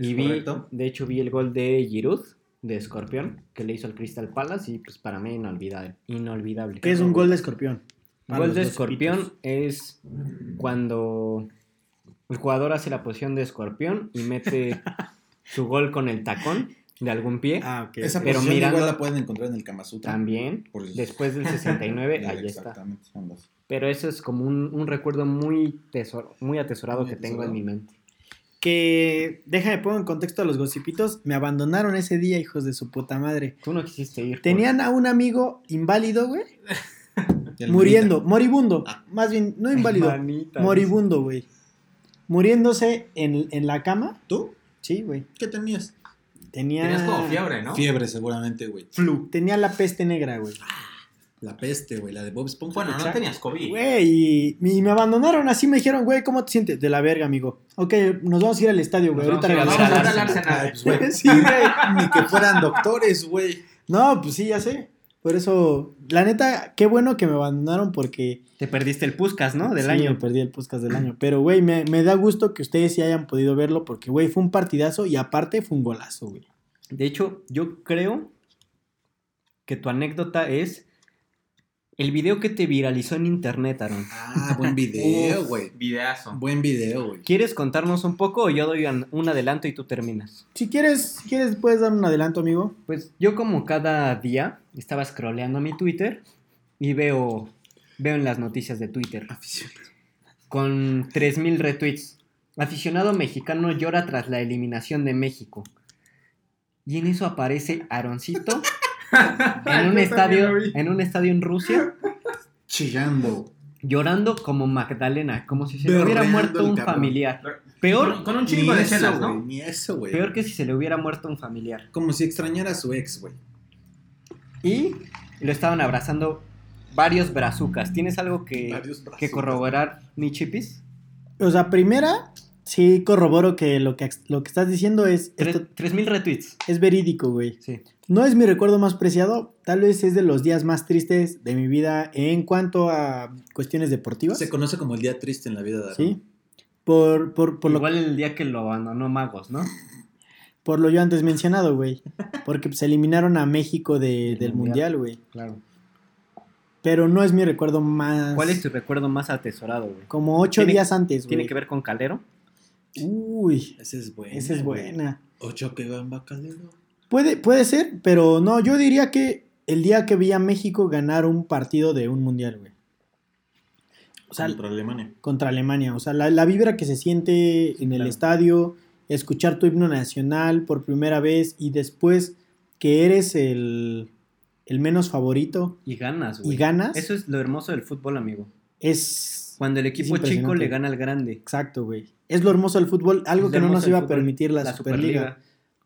Speaker 3: Y vi,
Speaker 4: correcto.
Speaker 3: de hecho, vi el gol de Giroud, de Escorpión, que le hizo al Crystal Palace y pues para mí inolvidable. inolvidable.
Speaker 2: Que es un gol de escorpión.
Speaker 3: Un
Speaker 2: para
Speaker 3: gol
Speaker 2: los
Speaker 3: de
Speaker 2: dos
Speaker 3: Escorpión es cuando el jugador hace la posición de Escorpión y mete su gol con el tacón de algún pie.
Speaker 2: Ah, ok.
Speaker 4: Esa
Speaker 3: Pero
Speaker 4: posición
Speaker 3: mirando-
Speaker 4: igual la pueden encontrar en el Kama Sutra.
Speaker 3: También,
Speaker 4: Por el-
Speaker 3: después del 69,
Speaker 4: Eh,
Speaker 3: ahí está.
Speaker 4: Exactamente, son dos.
Speaker 3: Pero eso es como un, un recuerdo muy, tesoro, muy atesorado
Speaker 4: Muy
Speaker 3: que tengo en
Speaker 4: atesorado.
Speaker 3: mi mente.
Speaker 2: Que déjame pongo en contexto a los gossipitos. Me abandonaron ese día, hijos de su puta madre.
Speaker 3: Tú no quisiste ir. por-
Speaker 2: Tenían a un amigo inválido, güey.
Speaker 4: El
Speaker 2: Muriendo, moribundo.
Speaker 4: Ah.
Speaker 2: Más bien, no inválido. Moribundo, güey. Muriéndose en, en la cama.
Speaker 4: Murita. ¿Tú?
Speaker 2: Sí, güey.
Speaker 4: ¿Qué tenías?
Speaker 2: Tenía.
Speaker 5: Tenías como fiebre, ¿no?
Speaker 4: Fiebre, seguramente, güey.
Speaker 2: Flu. Tenía la peste negra, güey.
Speaker 4: La peste, güey, la de Bob Esponja.
Speaker 5: Bueno, no
Speaker 2: Exacto.
Speaker 5: tenías COVID.
Speaker 2: Güey, y, y me abandonaron así. Me dijeron, güey, ¿cómo te sientes? De la verga, amigo. Ok, nos vamos a ir al estadio, güey.
Speaker 5: Nos vamos
Speaker 2: Ahorita
Speaker 5: a ir al
Speaker 2: regresamos.
Speaker 5: Vamos a hablar al Arsenal.
Speaker 4: Ay, pues, güey.
Speaker 2: Sí, güey.
Speaker 4: Ni que fueran doctores, güey.
Speaker 2: No, pues sí, ya sé. Por eso, la neta, qué bueno que me abandonaron porque
Speaker 3: Te perdiste el Puscas, ¿no? Del
Speaker 2: sí,
Speaker 3: año.
Speaker 2: me perdí el podcast del año. Pero, güey, me, me da gusto que ustedes sí hayan podido verlo porque, güey, fue un partidazo y aparte fue un golazo, güey.
Speaker 3: De hecho, yo creo que tu anécdota es el video que te viralizó en internet, Aaron.
Speaker 4: Ah, buen video,
Speaker 5: Uf,
Speaker 4: güey.
Speaker 5: Videazo.
Speaker 4: Buen video, güey.
Speaker 3: ¿Quieres contarnos un poco o yo doy an- un adelanto y tú terminas?
Speaker 2: Si quieres, si quieres, puedes dar un adelanto, amigo.
Speaker 3: Pues yo como cada día estaba scrolleando mi Twitter y veo, veo en las noticias de Twitter con 3.000 retweets. Aficionado mexicano llora tras la eliminación de México. Y en eso aparece Aroncito en un
Speaker 5: Yo también
Speaker 3: estadio
Speaker 5: lo vi.
Speaker 3: en un estadio en Rusia
Speaker 4: Chillando.
Speaker 3: llorando como Magdalena, como si se le
Speaker 4: Berreando
Speaker 3: hubiera muerto
Speaker 4: el
Speaker 3: un
Speaker 4: cabrón.
Speaker 3: familiar.
Speaker 5: Con,
Speaker 3: Peor,
Speaker 5: con un
Speaker 4: Ni
Speaker 5: chingo de
Speaker 4: eso,
Speaker 5: chelas,
Speaker 4: güey,
Speaker 5: ¿no?
Speaker 4: Ni eso, güey.
Speaker 3: peor que si se le hubiera muerto un familiar.
Speaker 4: Como si extrañara a su ex, güey.
Speaker 3: Y lo estaban abrazando varios brazucas. ¿Tienes algo que,
Speaker 4: Varios brazos.
Speaker 3: que corroborar, mi chipis?
Speaker 2: O sea, primera, sí corroboro que lo que, lo que estás diciendo es,
Speaker 3: Tres-
Speaker 2: esto
Speaker 3: 3.000 retweets.
Speaker 2: es verídico, güey.
Speaker 3: Sí.
Speaker 2: No es mi recuerdo más preciado, tal vez es de los días más tristes de mi vida en cuanto a cuestiones deportivas.
Speaker 4: Se conoce como el día triste en la vida de Aarón.
Speaker 2: Sí. Por, por, por, lo,
Speaker 3: Igual el día que lo abandonó Magos, ¿no?
Speaker 2: por lo yo antes mencionado, güey. Porque se eliminaron a México de-
Speaker 3: Del
Speaker 2: del Mundial,
Speaker 3: Mundial.
Speaker 2: güey.
Speaker 3: Claro.
Speaker 2: Pero no es mi recuerdo más...
Speaker 3: ¿Cuál es tu recuerdo más atesorado, güey?
Speaker 2: Como ocho
Speaker 3: Tiene-
Speaker 2: días antes, güey.
Speaker 3: ¿Tiene que ver con Calero?
Speaker 2: Uy,
Speaker 4: Esa es buena.
Speaker 2: esa es
Speaker 4: güey.
Speaker 2: buena.
Speaker 4: Ocho que van bacalero.
Speaker 2: Puede, puede ser, pero no, yo diría que el día que vi a México ganar un partido de un mundial, güey. O sea,
Speaker 4: Contra Alemania.
Speaker 2: contra Alemania. O sea, la, la vibra que se siente en el
Speaker 3: claro.
Speaker 2: estadio, escuchar tu himno nacional por primera vez y después que eres el, el menos favorito
Speaker 3: Y ganas, güey.
Speaker 2: y ganas,
Speaker 3: Eso es lo hermoso del fútbol, amigo.
Speaker 2: es...
Speaker 3: Cuando el equipo chico
Speaker 2: impresionante.
Speaker 3: le gana al grande.
Speaker 2: Exacto, güey. Es lo hermoso del fútbol, algo
Speaker 3: Es
Speaker 2: que no
Speaker 3: lo hermoso
Speaker 2: nos
Speaker 3: del
Speaker 2: iba a
Speaker 3: fútbol,
Speaker 2: permitir la, Superliga.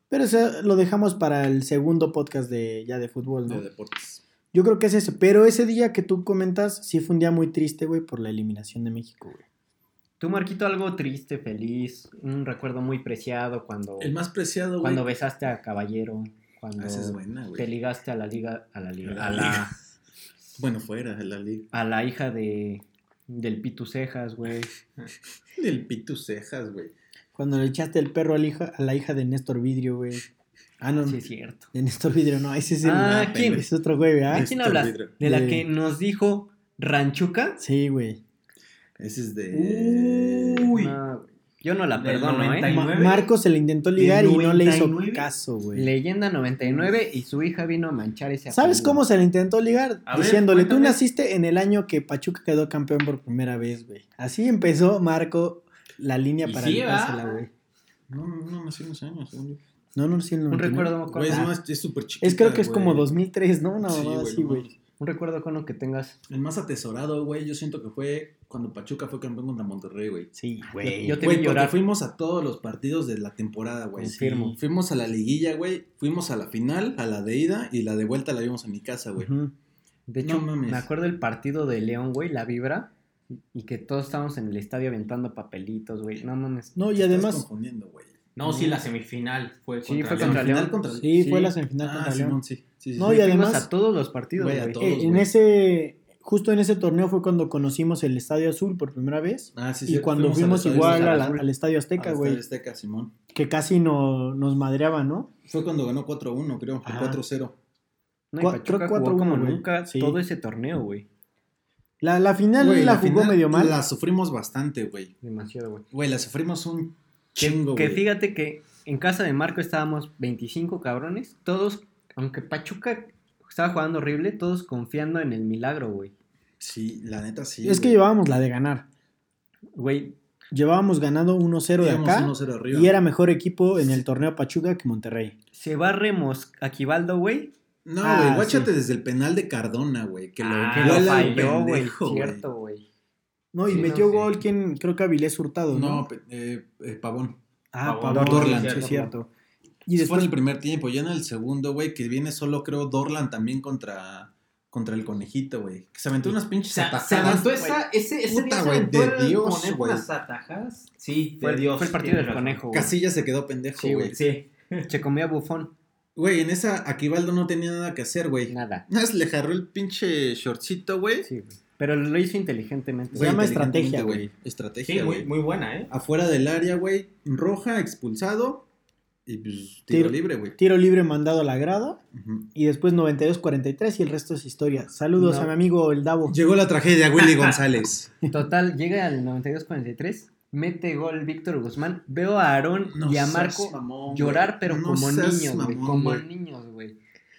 Speaker 2: Pero eso lo dejamos para el segundo podcast de ya de fútbol, ¿no?
Speaker 4: De deportes.
Speaker 2: Yo creo que es ese. Pero ese día que tú comentas, sí fue un día muy triste, güey, por la eliminación de México, güey.
Speaker 3: Tú, Marquito, algo triste, feliz, un recuerdo muy preciado cuando,
Speaker 4: El más preciado, güey.
Speaker 3: cuando besaste a Caballero, cuando
Speaker 4: Ah, Esa es buena,
Speaker 3: te
Speaker 4: güey.
Speaker 3: ligaste a la liga, a la liga,
Speaker 4: La
Speaker 3: a
Speaker 4: liga.
Speaker 3: la,
Speaker 4: Bueno, fuera, la liga.
Speaker 3: a la hija de del Pitu Cejas, güey.
Speaker 4: El pitu cejas, güey.
Speaker 2: Cuando le echaste el perro a la hija, a la hija de Néstor Vidrio, güey. Ah,
Speaker 4: Mm.
Speaker 2: no.
Speaker 3: Sí es cierto.
Speaker 2: De Néstor Vidrio, no. Ese es, el-
Speaker 3: Ah,
Speaker 4: una
Speaker 3: ¿quién?
Speaker 2: es otro güey,
Speaker 3: ¿De
Speaker 2: ¿verdad?
Speaker 3: quién
Speaker 4: Néstor
Speaker 3: hablas?
Speaker 4: Vidrio.
Speaker 3: De la
Speaker 2: Ah, De-
Speaker 3: que nos dijo Ranchuca.
Speaker 2: Sí, güey.
Speaker 4: Ese es de.
Speaker 5: Uy.
Speaker 3: No, güey. yo no la
Speaker 5: Del
Speaker 3: perdono,
Speaker 2: Ma-
Speaker 5: 99.
Speaker 3: ¿eh?
Speaker 5: 99.
Speaker 2: Marco se le intentó ligar
Speaker 5: ¿De
Speaker 2: y no le hizo
Speaker 5: 99?
Speaker 2: caso, güey.
Speaker 3: Leyenda 99 y su hija vino a manchar ese
Speaker 2: ¿Sabes
Speaker 3: apellido.
Speaker 2: cómo se le intentó ligar?
Speaker 5: A ver,
Speaker 2: Diciéndole, tú
Speaker 5: cuéntame.
Speaker 2: naciste en el año que Pachuca quedó campeón por primera vez, güey. Así empezó Marco la línea
Speaker 5: Y
Speaker 2: para
Speaker 5: sí,
Speaker 2: ligársela,
Speaker 5: ¿verdad?
Speaker 2: güey.
Speaker 4: No, no, no, hace unos años, según yo.
Speaker 2: No, no, sí, el
Speaker 3: Un
Speaker 2: 99.
Speaker 3: recuerdo, con-
Speaker 4: Güey, es más, es súper chiquito.
Speaker 2: Es creo que es como 2003, ¿no? Una mamada así, güey.
Speaker 3: un recuerdo con lo que tengas.
Speaker 4: El más atesorado, güey, yo siento que fue cuando Pachuca fue campeón contra Monterrey, güey.
Speaker 2: Sí,
Speaker 3: güey.
Speaker 2: güey.
Speaker 3: Yo te
Speaker 4: Güey,
Speaker 3: vi
Speaker 4: porque
Speaker 3: llorar.
Speaker 4: fuimos a todos los partidos de la temporada, güey.
Speaker 3: Confirmo.
Speaker 4: Fuimos a la liguilla, güey. Fuimos a la final, a la de ida y la de vuelta la vimos en mi casa, güey.
Speaker 2: Ujú.
Speaker 3: De hecho,
Speaker 4: No mames.
Speaker 3: me acuerdo el partido de León, güey, la vibra. y- Y que todos estábamos en el estadio aventando papelitos, güey. No mames.
Speaker 2: No, y
Speaker 4: Te estás
Speaker 2: además,
Speaker 4: confundiendo, güey.
Speaker 5: No, sí, la semifinal fue
Speaker 3: Sí,
Speaker 5: contra
Speaker 3: fue
Speaker 5: León.
Speaker 3: contra
Speaker 4: Semifinal
Speaker 3: León.
Speaker 4: contra-
Speaker 2: sí,
Speaker 3: Sí.
Speaker 2: fue la semifinal
Speaker 4: Ah,
Speaker 2: contra León.
Speaker 4: Simón, sí. sí, sí,
Speaker 2: No,
Speaker 4: sí.
Speaker 2: y
Speaker 3: Fuimos
Speaker 2: además-
Speaker 3: a todos los partidos,
Speaker 4: Güey, a
Speaker 3: güey.
Speaker 4: todos.
Speaker 2: Eh, en
Speaker 4: güey.
Speaker 2: ese, justo en ese torneo fue cuando conocimos el Estadio Azul por primera vez.
Speaker 4: Ah, sí,
Speaker 2: y
Speaker 4: cierto,
Speaker 2: cuando
Speaker 4: al
Speaker 2: fuimos,
Speaker 4: estadio
Speaker 2: igual
Speaker 4: Azteca,
Speaker 2: a
Speaker 4: al
Speaker 2: la- al Estadio Azteca,
Speaker 4: estadio
Speaker 2: güey.
Speaker 4: Azteca, Simón.
Speaker 2: Que casi no, nos madreaba, ¿no?
Speaker 4: Fue cuando ganó 4-1, creo. o
Speaker 2: Ajá.
Speaker 4: 4-0.
Speaker 3: No, y
Speaker 2: Cua-
Speaker 3: Pachuca
Speaker 2: creo
Speaker 3: jugó
Speaker 2: 4-1,
Speaker 3: como
Speaker 2: güey.
Speaker 3: nunca
Speaker 2: Sí.
Speaker 3: todo ese torneo, güey.
Speaker 2: La, la final
Speaker 4: Güey,
Speaker 2: la jugó
Speaker 4: final
Speaker 2: medio mal.
Speaker 4: La sufrimos bastante, güey.
Speaker 3: Demasiado, güey.
Speaker 4: Güey, la sufrimos un
Speaker 3: Que-
Speaker 4: chingo,
Speaker 3: que,
Speaker 4: güey.
Speaker 3: fíjate que en casa de Marco estábamos 25 cabrones, todos, aunque Pachuca estaba jugando horrible, todos confiando en el milagro, güey.
Speaker 4: Sí, la neta sí.
Speaker 2: es que
Speaker 4: güey.
Speaker 2: llevábamos la de ganar.
Speaker 3: Güey,
Speaker 2: Llevábamos ganando 1-0 de
Speaker 4: Íbamos
Speaker 2: acá
Speaker 4: 1-0 arriba.
Speaker 2: y era mejor equipo en el torneo Pachuca que Monterrey.
Speaker 3: se va Remos Aquivaldo, güey,
Speaker 4: No,
Speaker 2: Ah,
Speaker 4: güey, guáchate
Speaker 2: sí.
Speaker 4: desde el penal de Cardona, güey. Que lo
Speaker 5: Ah,
Speaker 4: que
Speaker 5: lo
Speaker 4: vuela el
Speaker 5: falló,
Speaker 4: pendejo, güey.
Speaker 3: Cierto, güey.
Speaker 2: No, y
Speaker 5: Sí, no,
Speaker 2: metió
Speaker 5: sí.
Speaker 2: gol, quien creo que Avilés Hurtado, ¿no?
Speaker 4: No, pe- eh, eh, Pavón.
Speaker 2: ah,
Speaker 5: Pavón,
Speaker 2: Pavón,
Speaker 4: Dorlan,
Speaker 2: sí, es
Speaker 5: sí,
Speaker 2: cierto. Y
Speaker 4: Fue en
Speaker 2: después,
Speaker 4: el primer tiempo, ya en el segundo, güey, que viene solo, creo, Dorlan también contra, contra el conejito, güey. Que se aventó unas pinches
Speaker 5: Se, se
Speaker 4: atajadas.
Speaker 5: aventó esa, ese, ese
Speaker 4: Puta,
Speaker 5: día se
Speaker 4: güey,
Speaker 5: aventó
Speaker 4: de
Speaker 5: el
Speaker 4: Dios,
Speaker 5: conejo
Speaker 4: güey.
Speaker 5: unas atajas. Sí,
Speaker 3: Fue,
Speaker 5: de Dios.
Speaker 3: fue el partido del
Speaker 5: tienes razón.
Speaker 3: conejo, güey.
Speaker 4: Casilla se quedó pendejo,
Speaker 3: Sí,
Speaker 4: güey.
Speaker 5: Sí.
Speaker 3: Se comía bufón.
Speaker 4: Güey, en esa, Aquivaldo no tenía nada que hacer, güey.
Speaker 3: Nada.
Speaker 4: Nada más le jarró el pinche shortcito, güey.
Speaker 3: Sí, güey. Pero lo hizo inteligentemente.
Speaker 2: Se llama
Speaker 4: inteligentemente,
Speaker 2: estrategia,
Speaker 5: Sí,
Speaker 4: Estrategia, güey.
Speaker 5: muy, muy buena, ¿eh?
Speaker 4: Afuera del área, güey. Roja, expulsado. Y pues,
Speaker 2: Tiro.
Speaker 4: tiro, libre, güey.
Speaker 2: tiro libre mandado a la grada.
Speaker 4: Ujú.
Speaker 2: Y después 92-43 y el resto es historia. Saludos
Speaker 3: No.
Speaker 2: a mi amigo el Davo.
Speaker 4: Llegó la tragedia, Willy González.
Speaker 3: Total, llega al 92-43, mete gol Víctor Guzmán. Veo a Aarón
Speaker 4: No
Speaker 3: y a
Speaker 4: seas
Speaker 3: Marco
Speaker 4: mamón, güey.
Speaker 3: llorar, pero
Speaker 4: No
Speaker 3: como
Speaker 4: seas
Speaker 3: niños, güey.
Speaker 4: mamón,
Speaker 3: Como
Speaker 4: güey.
Speaker 3: niños, güey.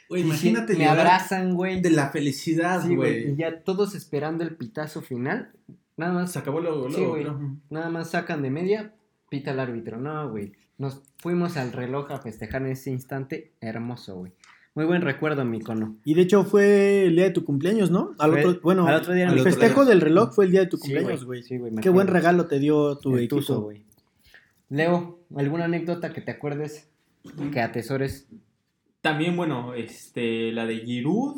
Speaker 4: Güey,
Speaker 3: Y sí,
Speaker 4: imagínate
Speaker 3: Me
Speaker 4: llorar
Speaker 3: abrazan, güey.
Speaker 4: de la felicidad,
Speaker 3: Sí, güey.
Speaker 4: güey.
Speaker 3: Y ya todos esperando el pitazo final. Nada más
Speaker 4: Se acabó lo, lo,
Speaker 3: Sí, güey.
Speaker 4: lo-
Speaker 3: Nada más sacan de media, pita el árbitro. No, güey. Nos fuimos al reloj a festejar en ese instante hermoso, güey. Muy buen recuerdo, mi cono.
Speaker 2: Y de hecho fue el día de tu cumpleaños, ¿no? Al
Speaker 3: Fue-
Speaker 2: otro, bueno,
Speaker 3: al otro día
Speaker 4: al
Speaker 3: era mi
Speaker 2: el
Speaker 4: otro
Speaker 2: festejo del reloj fue el día de tu
Speaker 3: Sí,
Speaker 2: cumpleaños, güey.
Speaker 3: Sí, güey. me
Speaker 2: Qué buen
Speaker 3: acuerdo.
Speaker 2: regalo te dio tu
Speaker 3: El
Speaker 2: equipo.
Speaker 3: Tuzo, güey. Leo, ¿alguna anécdota que te acuerdes? Que atesores.
Speaker 5: También, bueno, este, la de Giroud.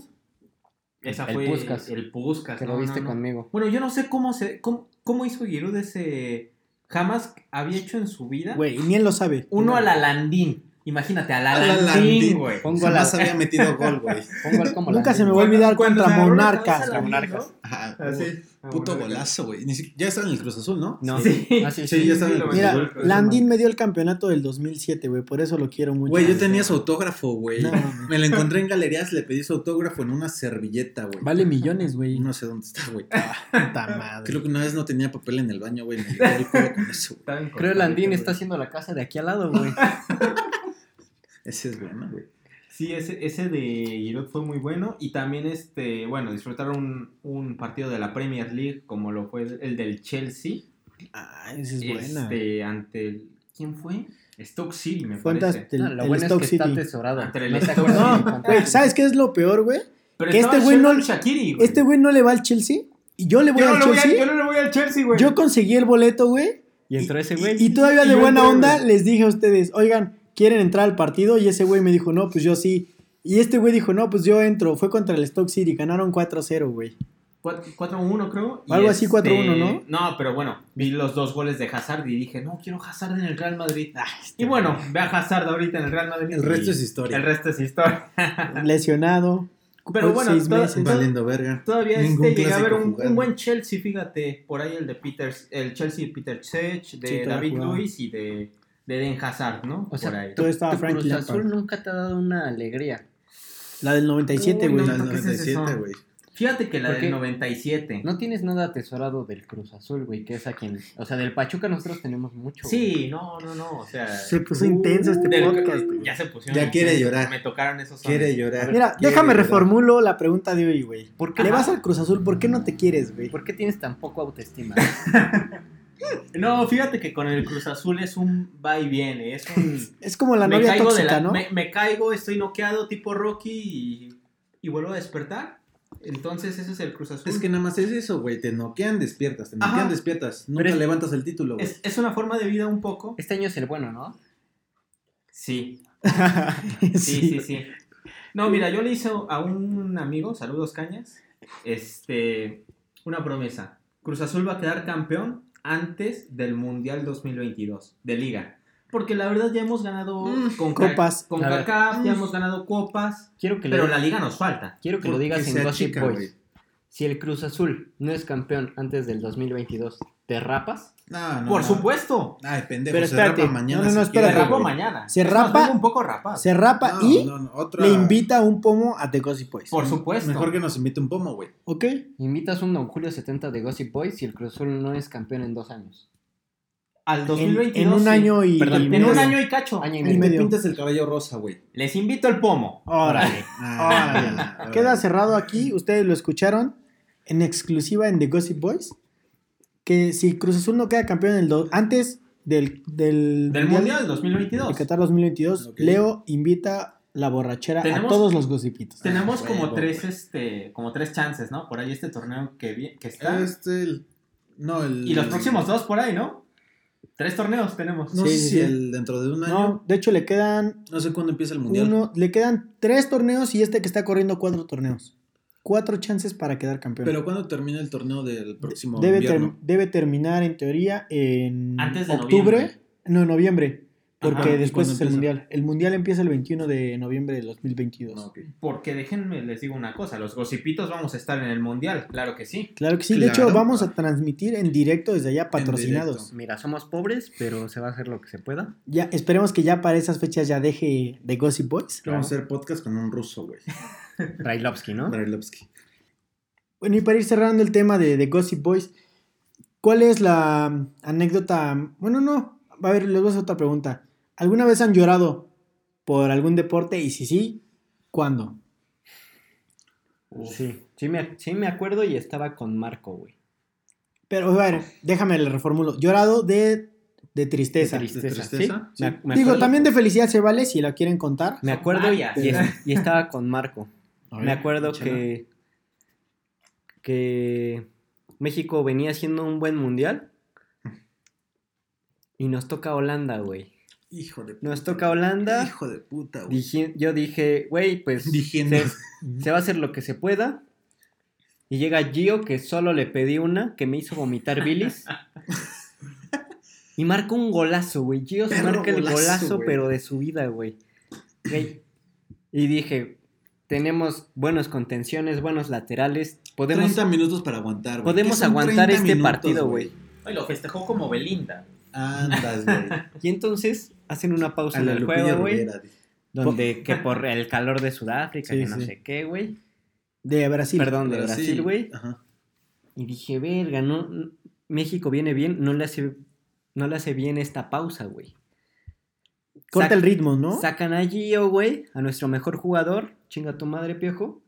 Speaker 5: Esa
Speaker 3: El
Speaker 5: fue
Speaker 3: Puskás.
Speaker 5: el Puskas.
Speaker 3: Que lo viste conmigo.
Speaker 5: Bueno, yo no sé cómo se cómo, cómo hizo Giroud ese jamás había hecho en su vida
Speaker 2: Güey, ni él lo sabe.
Speaker 5: uno a la Landín. Imagínate, a la,
Speaker 4: A la Landín.
Speaker 5: Landín, güey.
Speaker 3: Pongo
Speaker 4: Jamás
Speaker 3: la-
Speaker 4: había metido gol, güey.
Speaker 3: Pongo al como
Speaker 2: Nunca
Speaker 3: la-
Speaker 2: se me va a olvidar
Speaker 5: Cuando
Speaker 2: contra
Speaker 5: se agarró la
Speaker 2: Monarcas.
Speaker 5: cabeza la
Speaker 2: güey.
Speaker 5: Landín, ¿no?
Speaker 4: Ajá.
Speaker 5: Así.
Speaker 4: Puto golazo, güey. Ni si- Ya está en el Cruz Azul, ¿no?
Speaker 3: No.
Speaker 5: Sí.
Speaker 3: Ah, sí,
Speaker 4: Sí, ya está.
Speaker 5: lo
Speaker 2: Mira,
Speaker 5: metió el Cruz Azul.
Speaker 2: Landín me dio el campeonato del 2007, güey. Por eso lo quiero mucho.
Speaker 4: Güey, yo tenía su autógrafo, güey.
Speaker 2: No, mames.
Speaker 4: Me lo encontré en galerías, le pedí su autógrafo en una servilleta, güey.
Speaker 2: Vale millones, güey. Ah,
Speaker 4: No sé dónde está, güey.
Speaker 2: Puta madre.
Speaker 4: Creo que una vez no tenía papel en el baño, güey. Me dio el culo con eso, güey.
Speaker 5: Estaba en Costa
Speaker 3: Creo
Speaker 5: Rica,
Speaker 3: Landín
Speaker 5: güey.
Speaker 3: está haciendo la casa de aquí al lado, güey.
Speaker 4: Ese es bueno, güey.
Speaker 5: Sí, ese, ese de Giroud fue muy bueno. Y también, este, bueno, disfrutaron un, un partido de la Premier League, como lo fue el del Chelsea.
Speaker 2: Ah, esa es buena.
Speaker 5: este, ante el- ¿Quién fue? Stoke City, me
Speaker 2: Cuentas
Speaker 5: parece.
Speaker 2: del-
Speaker 3: No, lo
Speaker 2: el
Speaker 3: bueno es
Speaker 2: Stoke
Speaker 3: que está
Speaker 2: City.
Speaker 3: atesorado.
Speaker 5: Entre el
Speaker 3: No te
Speaker 5: Stoke
Speaker 3: acuerdas
Speaker 2: City.
Speaker 3: ni cuánto.
Speaker 2: Güey, ¿sabes qué es lo peor, güey?
Speaker 5: Pero
Speaker 2: que
Speaker 5: estaba
Speaker 2: este güey no-
Speaker 5: Sheldon Shaqiri, güey.
Speaker 2: Este güey no le va al Chelsea. Y yo le voy
Speaker 5: yo,
Speaker 2: al
Speaker 5: no le voy a-
Speaker 2: Chelsea.
Speaker 5: yo no le voy al Chelsea,
Speaker 2: yo,
Speaker 5: güey.
Speaker 2: conseguí el boleto, güey.
Speaker 3: Y entró ese
Speaker 2: y-
Speaker 3: güey.
Speaker 2: Y, todavía
Speaker 5: Y
Speaker 2: de
Speaker 5: yo
Speaker 2: buena
Speaker 5: entré,
Speaker 2: onda
Speaker 5: güey.
Speaker 2: les dije a ustedes, oigan, ¿quieren entrar al partido? Y ese güey me dijo, no, pues yo sí. Y este güey dijo, no, pues yo entro. Fue contra el Stoke City. Ganaron 4-0, güey.
Speaker 5: Cuatro- 4-1, creo. y este,
Speaker 2: Algo así, 4-1, ¿no?
Speaker 5: No, pero bueno, vi los dos goles de Hazard y dije, no, quiero Hazard en el Real Madrid.
Speaker 2: Ah, este
Speaker 5: y bueno, ve a Hazard ahorita en el Real Madrid.
Speaker 4: El resto
Speaker 5: y-
Speaker 4: es historia.
Speaker 5: El resto es historia.
Speaker 2: Lesionado.
Speaker 5: Pero bueno,
Speaker 2: seis
Speaker 5: toda-
Speaker 2: meses.
Speaker 4: Valiendo verga.
Speaker 5: Todavía
Speaker 4: Ningún
Speaker 5: este llegué a ver
Speaker 4: clásico
Speaker 5: un,
Speaker 4: jugado.
Speaker 5: un buen Chelsea, fíjate, por ahí el de Peters, el Chelsea de Peter Cech, de
Speaker 2: Sí, todavía
Speaker 5: David
Speaker 2: jugaba.
Speaker 5: Luiz y de, de Eden Hazard, ¿no?
Speaker 3: O sea,
Speaker 5: por ahí.
Speaker 3: tu,
Speaker 2: Todo estaba
Speaker 3: tu
Speaker 2: Frankie
Speaker 3: Cruz
Speaker 2: Lampard.
Speaker 3: Azul nunca te ha dado una alegría.
Speaker 2: La del 97,
Speaker 5: Uy,
Speaker 2: güey.
Speaker 5: no,
Speaker 4: Al
Speaker 5: ¿qué es
Speaker 4: 97,
Speaker 5: eso?
Speaker 4: güey.
Speaker 5: Fíjate que la
Speaker 3: ¿Por qué?
Speaker 5: del 97.
Speaker 3: No tienes nada atesorado del Cruz Azul, güey, que es a quien... O sea, del Pachuca nosotros tenemos mucho.
Speaker 5: Sí, no, no, no, o sea...
Speaker 2: Se puso intenso este
Speaker 5: del-
Speaker 2: podcast, güey.
Speaker 5: Ya se pusieron...
Speaker 4: Ya quiere
Speaker 5: intensos,
Speaker 4: llorar.
Speaker 5: Me tocaron esos...
Speaker 4: Quiere
Speaker 5: hombres.
Speaker 4: llorar.
Speaker 2: Mira,
Speaker 4: quiere
Speaker 2: déjame
Speaker 4: llorar.
Speaker 2: reformulo la pregunta de hoy, güey.
Speaker 3: ¿Por qué,
Speaker 2: Le vas al Cruz Azul, ¿por qué no te quieres, güey?
Speaker 3: ¿Por qué tienes tan poco autoestima?
Speaker 5: No, fíjate que con el Cruz Azul es un va y viene, es un...
Speaker 2: Es como la
Speaker 5: me,
Speaker 2: novia
Speaker 5: caigo
Speaker 2: tóxica,
Speaker 5: de la-
Speaker 2: ¿no?
Speaker 5: me, me caigo, estoy noqueado tipo Rocky y, y vuelvo a despertar. Entonces ese es el Cruz Azul.
Speaker 4: Es que nada más es eso, güey. Te noquean, despiertas. Te
Speaker 5: Ajá.
Speaker 4: noquean, despiertas. Nunca
Speaker 3: es-
Speaker 4: levantas el título, güey.
Speaker 5: es, es una forma de vida un poco.
Speaker 3: Este año es el bueno, ¿no?
Speaker 5: Sí, Sí,
Speaker 2: sí.
Speaker 5: sí, sí. No, mira, yo le hice a un amigo, saludos Cañas, este, una promesa. Cruz Azul va a quedar campeón antes del Mundial 2022 de Liga. Porque la verdad ya hemos ganado
Speaker 4: Mm,
Speaker 5: con ca-
Speaker 2: copas.
Speaker 5: con
Speaker 3: A ver.
Speaker 5: CACAF, ya
Speaker 4: Mm.
Speaker 5: hemos ganado copas,
Speaker 3: Quiero que,
Speaker 5: pero
Speaker 3: lo,
Speaker 5: la Liga nos falta.
Speaker 3: quiero que lo
Speaker 4: Porque
Speaker 3: digas
Speaker 4: se
Speaker 3: en Gossip
Speaker 4: achica,
Speaker 3: Boys.
Speaker 4: güey.
Speaker 3: Si el Cruz Azul no es campeón antes del 2022, ¿te rapas?
Speaker 4: No, no,
Speaker 5: Por
Speaker 4: no.
Speaker 5: supuesto.
Speaker 4: Ay, pendejo.
Speaker 2: Pero
Speaker 4: se
Speaker 2: espérate.
Speaker 4: rapa mañana.
Speaker 2: No, no, no,
Speaker 4: si quiere,
Speaker 5: Se
Speaker 2: espérate.
Speaker 5: rapo
Speaker 4: güey.
Speaker 5: mañana.
Speaker 2: Se
Speaker 5: Es más,
Speaker 2: rapa-
Speaker 5: vengo un poco rapado.
Speaker 2: Se rapa
Speaker 4: No,
Speaker 2: y
Speaker 4: no, no, otra-
Speaker 2: le invita un pomo a The Gossip Boys.
Speaker 5: Por supuesto.
Speaker 4: Mejor que nos invite un pomo, güey.
Speaker 2: ¿Ok?
Speaker 3: Invitas un Don Julio 70 de Gossip Boys si el Cruz Azul no es campeón en dos años.
Speaker 5: Al
Speaker 2: En,
Speaker 5: 2022.
Speaker 2: en un
Speaker 5: sí.
Speaker 2: año y...
Speaker 3: Perdón,
Speaker 2: y
Speaker 5: En un
Speaker 2: medio.
Speaker 5: año y cacho.
Speaker 3: Año y
Speaker 2: Y
Speaker 3: medio.
Speaker 2: medio.
Speaker 4: Pintas el cabello rosa, güey.
Speaker 5: Les invito el pomo.
Speaker 2: Órale. Órale.
Speaker 4: Ah, órale.
Speaker 2: Queda cerrado aquí. Ustedes lo escucharon en exclusiva en The Gossip Boys. Que si Cruz Azul no queda campeón en el do- antes del, del,
Speaker 5: Del Mundial 2022.
Speaker 2: de Qatar 2022,
Speaker 4: Ok.
Speaker 2: Leo invita la borrachera a
Speaker 5: Tenemos-
Speaker 2: todos los gossipitos.
Speaker 3: Ah,
Speaker 5: Tenemos como
Speaker 4: Huevo,
Speaker 5: tres, este, como tres chances, ¿no? Por ahí este torneo que, vi- que
Speaker 3: Ah.
Speaker 5: está.
Speaker 4: Este, el... No, el...
Speaker 5: Y los próximos dos por ahí, ¿no? Tres torneos tenemos.
Speaker 4: No
Speaker 2: Sí,
Speaker 4: sé
Speaker 2: sí,
Speaker 4: si
Speaker 2: sí.
Speaker 4: el dentro de un año.
Speaker 2: No, de hecho le quedan
Speaker 4: No, sé cuándo empieza el mundial.
Speaker 2: uno, le quedan tres torneos y este que está corriendo cuatro torneos. Cuatro chances para quedar campeón.
Speaker 4: Pero ¿cuándo termina el torneo del próximo
Speaker 2: debe, ter-
Speaker 4: invierno?
Speaker 2: debe terminar en teoría en
Speaker 5: Antes de
Speaker 2: octubre,
Speaker 5: noviembre.
Speaker 2: no, en noviembre, porque
Speaker 5: Ajá, ¿y
Speaker 2: después
Speaker 4: cuándo
Speaker 2: es el
Speaker 4: empieza?
Speaker 2: mundial. El mundial empieza el 21 de noviembre de 2022.
Speaker 4: No, ok.
Speaker 5: Porque déjenme, les digo una cosa, los gocipitos vamos a estar en el mundial, claro que sí.
Speaker 2: Claro que sí, de
Speaker 4: Claro.
Speaker 2: hecho vamos a transmitir en directo desde allá patrocinados.
Speaker 4: directo.
Speaker 3: Mira, somos pobres, pero se va a hacer lo que se pueda.
Speaker 2: Ya esperemos que ya para esas fechas ya deje de Gossip Boys.
Speaker 5: Claro.
Speaker 4: Vamos a hacer podcast con un ruso, güey.
Speaker 3: Brailovsky, ¿no?
Speaker 4: Brailovsky.
Speaker 2: Bueno, y para ir cerrando el tema de, de Gossip Boys, ¿cuál es la anécdota? Bueno, no, a ver, les voy a hacer otra pregunta. ¿Alguna vez han llorado por algún deporte? Y si sí, ¿cuándo?
Speaker 3: Sí, sí me, ac- sí me acuerdo y estaba con Marco, güey.
Speaker 2: Pero, a ver, déjame le reformulo. Llorado de, de tristeza.
Speaker 3: De tristeza.
Speaker 4: ¿De tristeza?
Speaker 3: ¿sí?
Speaker 4: Sí.
Speaker 3: Me- me
Speaker 2: Digo,
Speaker 3: acuerdo-
Speaker 2: también de felicidad se vale si la quieren contar.
Speaker 3: Me
Speaker 5: Ah, Son
Speaker 3: acuerdo y,
Speaker 5: varias.
Speaker 3: y es- y estaba con Marco.
Speaker 4: A ver,
Speaker 3: Me acuerdo
Speaker 4: échala.
Speaker 3: que, que México venía haciendo un buen mundial y nos toca Holanda, güey.
Speaker 4: Hijo de puta.
Speaker 3: Nos toca Holanda.
Speaker 4: Hijo de puta, güey.
Speaker 3: Dije- yo dije, güey, pues
Speaker 4: Dije,
Speaker 3: se,
Speaker 4: no.
Speaker 3: se va a hacer lo que se pueda. Y llega Gio, que solo le pedí una, que me hizo vomitar bilis. y marca un golazo, güey. Gio se
Speaker 4: Perro
Speaker 3: marca el
Speaker 4: golazo,
Speaker 3: golazo,
Speaker 4: güey.
Speaker 3: pero de su vida, güey. Güey. Y dije, tenemos buenos contenciones, buenos laterales. Podemos,
Speaker 4: 30 minutos para aguantar, güey.
Speaker 3: podemos
Speaker 4: ¿Qué son
Speaker 3: aguantar
Speaker 4: 30
Speaker 3: este
Speaker 4: minutos,
Speaker 3: partido, güey.
Speaker 5: Ay, lo festejó como Belinda.
Speaker 4: Andas, güey.
Speaker 3: Y entonces hacen una pausa
Speaker 4: A
Speaker 3: en
Speaker 4: la
Speaker 3: el
Speaker 4: Lupillo
Speaker 3: juego, güey.
Speaker 4: Rivera, dije.
Speaker 3: Donde que por el calor de Sudáfrica,
Speaker 2: Sí,
Speaker 3: que no
Speaker 2: sí.
Speaker 3: sé qué, güey.
Speaker 2: De Brasil.
Speaker 3: Perdón, de Brasil, güey.
Speaker 4: Ajá.
Speaker 3: Y dije, verga, no, n- México viene bien, no le hace, no le hace bien esta pausa, güey.
Speaker 2: Corta
Speaker 3: Sac-
Speaker 2: el ritmo, ¿no?
Speaker 3: Sacan a Gio, güey, a nuestro mejor jugador, chinga tu madre, piojo.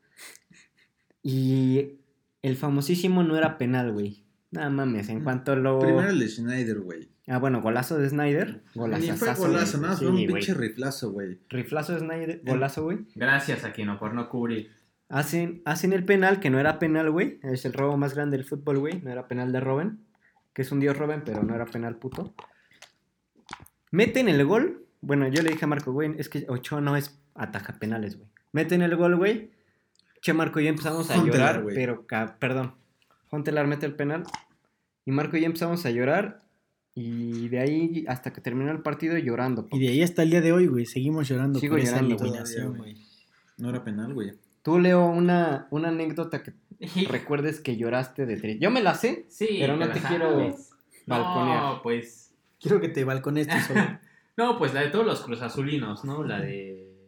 Speaker 3: Y el famosísimo no era penal, güey. Nada mames, en cuanto lo...
Speaker 4: Primero el de Schneider, güey.
Speaker 3: Ah, bueno, golazo de Snyder. Golazo.
Speaker 4: Ni fue golazo, nada, fue un pinche riflazo, güey.
Speaker 3: Riflazo de Snyder, golazo, güey.
Speaker 5: Gracias a Kino por no cubrir.
Speaker 3: Hacen, hacen el penal, que no era penal, güey. Es el robo más grande del fútbol, güey. No era penal de Robben. Que es un dios Robben, pero no era penal, puto. Meten el gol. Bueno, yo le dije a Marco, güey, es que Ochoa no es ataca penales, güey. Meten el gol, güey. Che, Marco y yo empezamos a
Speaker 4: Huntelaar,
Speaker 3: llorar,
Speaker 4: güey.
Speaker 3: pero, ca- perdón. Hontelar mete el penal. Y Marco y yo empezamos a llorar. Y de ahí hasta que terminó el partido llorando.
Speaker 2: Y de ahí hasta el día de hoy, güey. Seguimos llorando
Speaker 3: Sigo
Speaker 2: por esa
Speaker 3: llorando, güey,
Speaker 2: eliminación,
Speaker 4: todavía,
Speaker 2: güey.
Speaker 4: No era penal, güey.
Speaker 3: Tú, Leo, una, una anécdota que
Speaker 5: Sí,
Speaker 3: recuerdes que lloraste de triste. Yo me la sé, pero no
Speaker 5: la
Speaker 3: te
Speaker 5: sabes.
Speaker 3: quiero balconear.
Speaker 5: No, pues.
Speaker 2: Quiero que te balcones tú solo.
Speaker 5: No, pues la de todos los cruzazulinos, ¿no? La de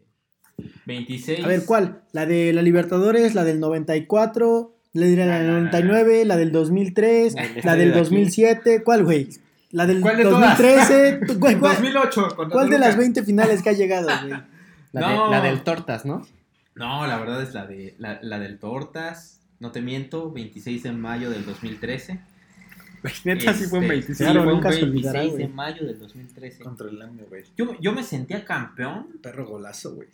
Speaker 5: 26.
Speaker 2: A ver, ¿cuál? ¿La de la Libertadores? ¿La del 94? ¿La de la
Speaker 5: No, no, no,
Speaker 2: 99? ¿La del 2003?
Speaker 3: El
Speaker 2: ¿La
Speaker 3: estadio
Speaker 2: del
Speaker 3: de aquí.
Speaker 2: 2007? ¿Cuál, güey? ¿La del
Speaker 5: ¿Cuál de
Speaker 2: 2013? ¿Tú- güey, ¿Cuál,
Speaker 5: 2008. contra
Speaker 2: cuál de
Speaker 5: Toluca.
Speaker 2: las 20 finales que ha llegado, güey?
Speaker 3: La,
Speaker 5: No.
Speaker 3: de, la del tortas, ¿no?
Speaker 5: No, la verdad es la de la, la del Tortas. No te miento, 26 de mayo del 2013. Este, sí,
Speaker 2: Claro,
Speaker 5: fue un
Speaker 2: nunca se
Speaker 5: 26
Speaker 2: olvidará, güey.
Speaker 5: de mayo del 2013.
Speaker 4: Contra el Lamio, güey.
Speaker 5: Yo, yo me sentía campeón
Speaker 4: Perro golazo, güey.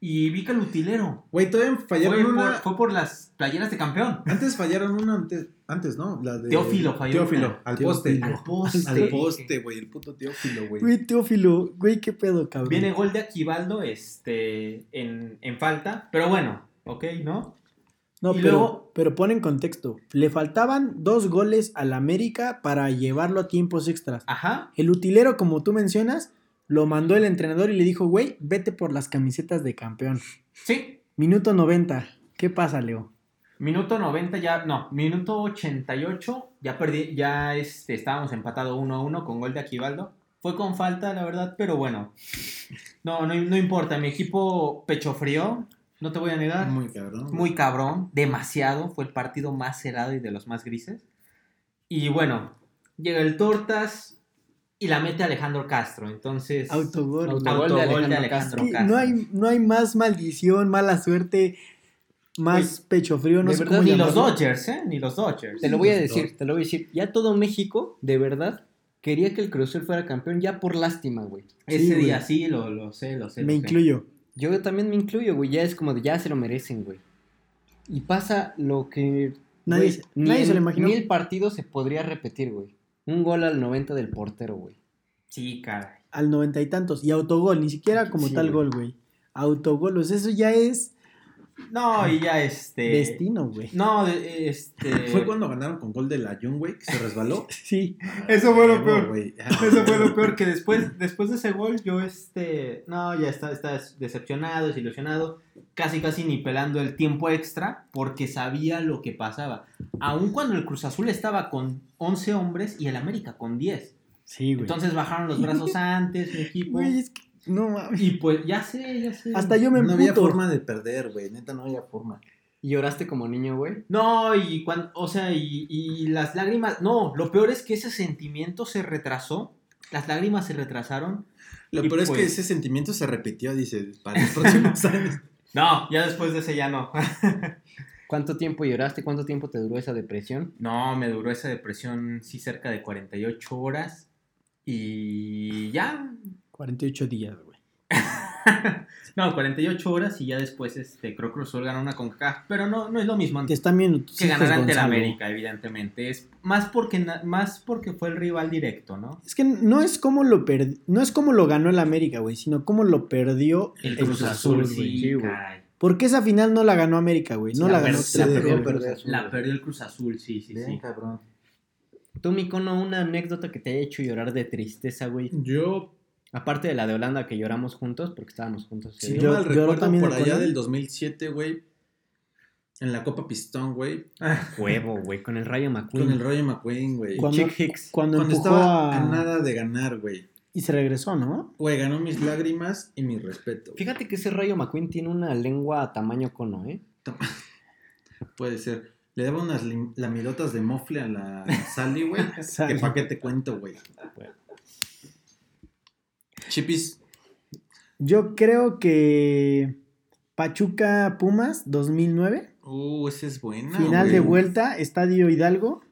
Speaker 5: y vi que el utilero.
Speaker 4: Güey, todavía
Speaker 5: Fue
Speaker 4: fallaron
Speaker 5: por,
Speaker 4: una.
Speaker 5: fue por las playeras de campeón.
Speaker 4: Antes fallaron una antes, antes, ¿no? La de
Speaker 5: Teófilo falló
Speaker 4: Teófilo,
Speaker 5: una.
Speaker 4: al
Speaker 2: Teófilo.
Speaker 4: poste.
Speaker 5: Al poste.
Speaker 4: Al poste, güey, el puto Teófilo, güey.
Speaker 2: Güey, Teófilo, güey, qué pedo, cabrón.
Speaker 5: Viene gol de Aquivaldo este, en, en falta. Pero bueno, ok, ¿no?
Speaker 2: no,
Speaker 5: y
Speaker 2: pero,
Speaker 5: luego-
Speaker 2: pero pon en contexto. Le faltaban dos goles al América para llevarlo a tiempos extras.
Speaker 5: Ajá.
Speaker 2: El utilero, como tú mencionas, lo mandó el entrenador y le dijo, güey, vete por las camisetas de campeón.
Speaker 5: Sí.
Speaker 2: Minuto 90. ¿Qué pasa, Leo?
Speaker 5: Minuto 90 ya, no, minuto 88, ya perdí, ya este, estábamos empatados 1 a 1 con gol de Aquivaldo. Fue con falta, la verdad, pero bueno. No, no, no importa, mi equipo pecho frío, no te voy a negar. Muy,
Speaker 4: Ah, Muy cabrón. güey.
Speaker 5: cabrón, demasiado, fue el partido más cerrado y de los más grises. Y bueno, llega el Tortas y la mete Alejandro Castro, entonces...
Speaker 2: Autogol.
Speaker 5: autogol de Alejandro, Castro.
Speaker 2: Sí, no, hay, no hay más maldición, mala suerte, más pecho frío, no
Speaker 3: de
Speaker 2: sé
Speaker 3: verdad,
Speaker 2: cómo
Speaker 5: Ni los
Speaker 2: llamarlo.
Speaker 5: Dodgers, ¿eh? Ni los Dodgers.
Speaker 3: Te lo voy a
Speaker 4: Sí,
Speaker 3: decir, te lo voy a decir. Ya todo México, de verdad, quería que el Cruz Azul fuera campeón ya por lástima, güey.
Speaker 5: Ese
Speaker 2: Sí, güey.
Speaker 5: día sí, lo, lo sé, lo sé.
Speaker 2: Me
Speaker 5: lo sé.
Speaker 2: incluyo.
Speaker 3: Yo también me incluyo, güey. Ya es como de ya se lo merecen, güey. Y pasa lo que.
Speaker 2: Nadie,
Speaker 3: güey,
Speaker 2: se-
Speaker 3: ni
Speaker 2: nadie se
Speaker 3: en
Speaker 2: lo imaginó.
Speaker 3: Mil partidos se podría repetir, güey. Un gol al 90 del portero, güey.
Speaker 5: Sí, caray.
Speaker 2: Al noventa y tantos. Y autogol, ni siquiera como
Speaker 3: Sí,
Speaker 2: tal
Speaker 3: güey.
Speaker 2: gol, güey. Autogol, o sea, eso ya es
Speaker 5: No, y ya este.
Speaker 3: Eh,
Speaker 2: destino, güey.
Speaker 5: No, de- este.
Speaker 4: Fue cuando ganaron con gol de la John, güey, que se resbaló.
Speaker 2: Sí,
Speaker 5: Eso fue lo
Speaker 4: Huevo,
Speaker 5: peor.
Speaker 4: güey. ah,
Speaker 5: Eso fue lo peor, que después, después de ese gol yo, este, no, ya está, está decepcionado, desilusionado, casi casi ni pelando el tiempo extra porque sabía lo que pasaba. Aun cuando el Cruz Azul estaba con 11 hombres y el América con 10.
Speaker 2: sí, güey.
Speaker 5: Entonces bajaron los brazos antes, mi equipo.
Speaker 2: Güey, es que no mames.
Speaker 5: Y pues ya sé, ya sé.
Speaker 2: Hasta yo me
Speaker 4: No había
Speaker 2: emputo.
Speaker 4: forma de perder, güey. Neta, no había forma.
Speaker 3: ¿Y lloraste como niño, güey?
Speaker 5: No, y cuando, o sea, y, y las lágrimas, no, lo peor es que ese sentimiento se retrasó, las lágrimas se retrasaron.
Speaker 4: Lo
Speaker 5: Y
Speaker 4: peor es que
Speaker 5: pues-
Speaker 4: ese sentimiento se repitió, dice, para los próximos años.
Speaker 5: No, ya después de ese ya no.
Speaker 3: ¿Cuánto tiempo lloraste? ¿Cuánto tiempo te duró esa depresión?
Speaker 5: No, me duró esa depresión sí cerca de 48 horas y ya.
Speaker 2: 48 días, güey.
Speaker 5: No, 48 horas y ya después este creo que Cruz Azul ganó una CONCACAF, pero no no es lo
Speaker 2: Te
Speaker 5: mismo antes
Speaker 2: están viendo tus
Speaker 5: que
Speaker 2: hijos,
Speaker 5: ganar ante
Speaker 2: pues,
Speaker 5: el
Speaker 2: Gonzalo.
Speaker 5: América, evidentemente, es más porque na- más porque fue el rival directo, ¿no?
Speaker 2: Es que no es como lo perdi- no es como lo ganó el América, güey, sino como lo perdió
Speaker 5: El Cruz, Azul, sí,
Speaker 3: sí, güey.
Speaker 5: caray.
Speaker 2: Porque esa final no la ganó América, güey. No
Speaker 5: Sí,
Speaker 2: la,
Speaker 5: la
Speaker 2: ganó.
Speaker 5: per-
Speaker 4: Se
Speaker 2: la
Speaker 4: dejó
Speaker 2: perdió.
Speaker 4: perder.
Speaker 5: La perdió el Cruz Azul, sí, sí,
Speaker 4: Bien,
Speaker 5: sí.
Speaker 4: cabrón.
Speaker 3: Tú, mi cono, una anécdota que te haya hecho llorar de tristeza, güey.
Speaker 4: Yo,
Speaker 3: Aparte de la de Holanda que lloramos juntos, porque estábamos juntos. ese
Speaker 4: si
Speaker 2: Sí,
Speaker 3: día.
Speaker 2: yo-
Speaker 4: no mal
Speaker 2: yo
Speaker 4: recuerdo,
Speaker 2: también
Speaker 4: por
Speaker 2: recuerdo.
Speaker 4: allá del 2007, güey, en la Copa Pistón, güey,
Speaker 3: Huevo, güey, con el Rayo McQueen.
Speaker 4: con el Rayo McQueen, güey.
Speaker 2: Cuando-
Speaker 3: Chick Hicks.
Speaker 2: Cuando
Speaker 4: Cuando
Speaker 2: empujó
Speaker 4: estaba
Speaker 2: a...
Speaker 4: a nada de ganar, güey.
Speaker 2: Y se regresó, ¿no?
Speaker 4: Güey, ganó mis lágrimas y mi respeto. güey.
Speaker 3: Fíjate que ese Rayo McQueen tiene una lengua a tamaño cono, ¿eh?
Speaker 4: Puede ser. Le daba unas lim- lamidotas de mofle a la Sally, güey. que
Speaker 2: Sally.
Speaker 4: pa' qué te cuento, güey. Chipis,
Speaker 2: Yo creo que Pachuca Pumas 2009,
Speaker 4: uh, esa es buena.
Speaker 2: final de
Speaker 4: güey.
Speaker 2: vuelta, Estadio Hidalgo.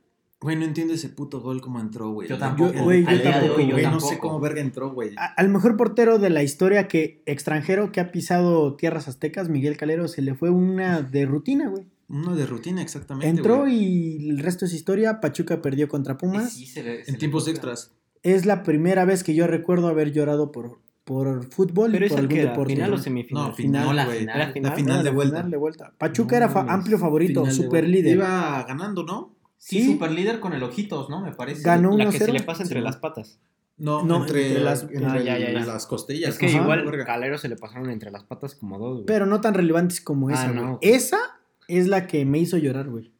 Speaker 4: Güey, no entiendo ese puto gol cómo entró, güey.
Speaker 5: Yo
Speaker 4: La
Speaker 5: tampoco.
Speaker 4: verga.
Speaker 2: Güey, Ah. yo
Speaker 4: Al día de
Speaker 2: tampoco,
Speaker 4: hoy,
Speaker 2: yo
Speaker 4: güey, No
Speaker 5: tampoco.
Speaker 4: sé cómo verga entró, güey.
Speaker 2: A- al mejor portero de la historia que extranjero que ha pisado tierras aztecas, Miguel Calero, se le fue una de rutina, güey.
Speaker 4: Uno de rutina, exactamente.
Speaker 2: Entró
Speaker 4: güey.
Speaker 2: y el resto es historia. Pachuca perdió contra Pumas.
Speaker 5: Sí, se le- se
Speaker 4: En
Speaker 5: le
Speaker 4: tiempos
Speaker 5: puso-
Speaker 4: extras.
Speaker 2: Es la primera vez que yo recuerdo haber llorado por, por fútbol
Speaker 3: Pero
Speaker 2: y por
Speaker 3: esa
Speaker 2: algún
Speaker 3: que era,
Speaker 2: deporte.
Speaker 3: final o
Speaker 2: ¿no?
Speaker 3: semifinal.
Speaker 4: No, final,
Speaker 5: la
Speaker 4: güey.
Speaker 5: final.
Speaker 3: Era
Speaker 4: La
Speaker 3: final.
Speaker 4: final de
Speaker 2: la
Speaker 4: vuelta.
Speaker 2: final de vuelta. Pachuca
Speaker 4: No
Speaker 2: era fa-
Speaker 4: mames.
Speaker 2: amplio favorito,
Speaker 4: Final de
Speaker 2: super
Speaker 4: vuelta.
Speaker 2: líder.
Speaker 4: Iba ganando, ¿no?
Speaker 5: Sí,
Speaker 2: Sí.
Speaker 5: super líder con el ojitos, ¿no? Me parece.
Speaker 2: Ganó
Speaker 3: La que
Speaker 2: 1-0.
Speaker 3: se le pasa entre
Speaker 4: Sí.
Speaker 3: las patas.
Speaker 4: No,
Speaker 2: No,
Speaker 4: entre,
Speaker 2: entre las-
Speaker 4: las,
Speaker 3: Ah, ya, ya, ya.
Speaker 4: las costillas.
Speaker 3: Es que
Speaker 2: Ajá.
Speaker 3: igual
Speaker 4: Verga.
Speaker 3: Calero se le pasaron entre las patas como dos, güey.
Speaker 2: Pero no tan relevantes como
Speaker 3: Ah,
Speaker 2: esa,
Speaker 3: no.
Speaker 2: güey. Esa es la que me hizo llorar, güey.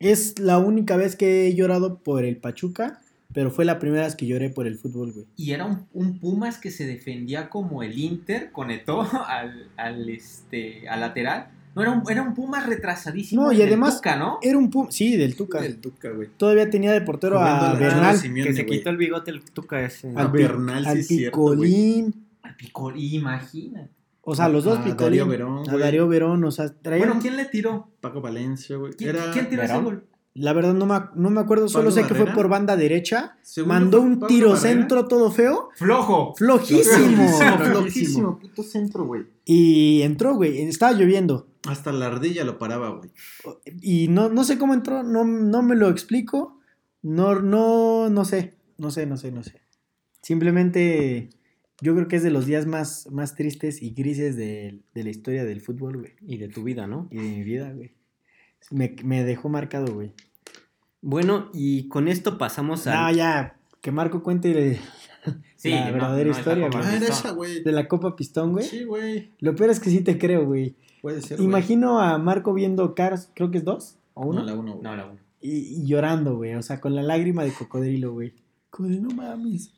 Speaker 2: Es la única vez que he llorado por el Pachuca, pero fue la primera vez que lloré por el fútbol, güey.
Speaker 5: y era un, un Pumas que se defendía como el Inter conectó al, al este al lateral. No era un, era un Pumas retrasadísimo.
Speaker 2: No, y
Speaker 5: del
Speaker 2: además-
Speaker 5: Tuca, ¿no?
Speaker 2: Era un pum, sí, del Tuca.
Speaker 4: El Tuca, güey.
Speaker 2: Todavía tenía de portero
Speaker 4: Jugando
Speaker 2: a
Speaker 4: al
Speaker 2: Bernal,
Speaker 4: Ramos Simeone,
Speaker 3: que se
Speaker 4: güey.
Speaker 3: quitó el bigote el Tuca ese.
Speaker 4: A
Speaker 2: al, Pi-
Speaker 4: Bernal, sí
Speaker 2: al
Speaker 4: es cierto, güey.
Speaker 2: Picolín.
Speaker 5: Al Picol- imagina.
Speaker 2: O sea, los dos
Speaker 4: A
Speaker 2: Picolín.
Speaker 4: Darío Verón,
Speaker 2: a
Speaker 4: güey.
Speaker 2: Darío Verón, o sea, traían.
Speaker 5: Bueno, ¿quién le tiró?
Speaker 4: Paco Valencia, güey.
Speaker 5: ¿Quién,
Speaker 4: Era.
Speaker 5: quién tiró ese
Speaker 3: Verón.
Speaker 5: gol?
Speaker 2: La verdad no me, ac- no me acuerdo, solo
Speaker 4: Pablo
Speaker 2: sé que fue
Speaker 4: Barrera.
Speaker 2: por banda derecha.
Speaker 4: según
Speaker 2: Mandó
Speaker 4: yo,
Speaker 2: un
Speaker 4: Pablo
Speaker 2: tiro
Speaker 4: Barrera.
Speaker 2: centro todo feo.
Speaker 5: ¡Flojo!
Speaker 2: Flojísimo.
Speaker 4: Flojísimo,
Speaker 2: flojísimo.
Speaker 4: flojísimo, puto centro, güey.
Speaker 2: Y entró, güey. Estaba lloviendo.
Speaker 4: Hasta la ardilla lo paraba, güey.
Speaker 2: Y no, no sé cómo entró, no, no me lo explico. No, no, no sé, no sé, no sé, no sé. Simplemente yo creo que es de los días más, más tristes y grises de, de la historia del fútbol, güey.
Speaker 3: Y de tu vida, ¿no?
Speaker 2: Y de mi vida, güey. Me, me dejó marcado, güey.
Speaker 3: Bueno, y con esto pasamos
Speaker 2: No,
Speaker 3: al...
Speaker 2: ya, que Marco cuente de, La verdadera
Speaker 5: está
Speaker 2: historia,
Speaker 5: como
Speaker 2: güey.
Speaker 4: Ah, era
Speaker 5: listo.
Speaker 4: esa, güey.
Speaker 2: de la Copa Pistón, güey.
Speaker 4: Sí, güey.
Speaker 2: Lo peor es que sí te creo, güey.
Speaker 4: Puede ser. güey.
Speaker 2: Imagino a Marco viendo Cars, creo que es dos o uno.
Speaker 4: No, la uno, güey.
Speaker 5: No, la uno.
Speaker 2: y, y llorando, güey. O sea, con la lágrima de cocodrilo, güey. Como de, no mames.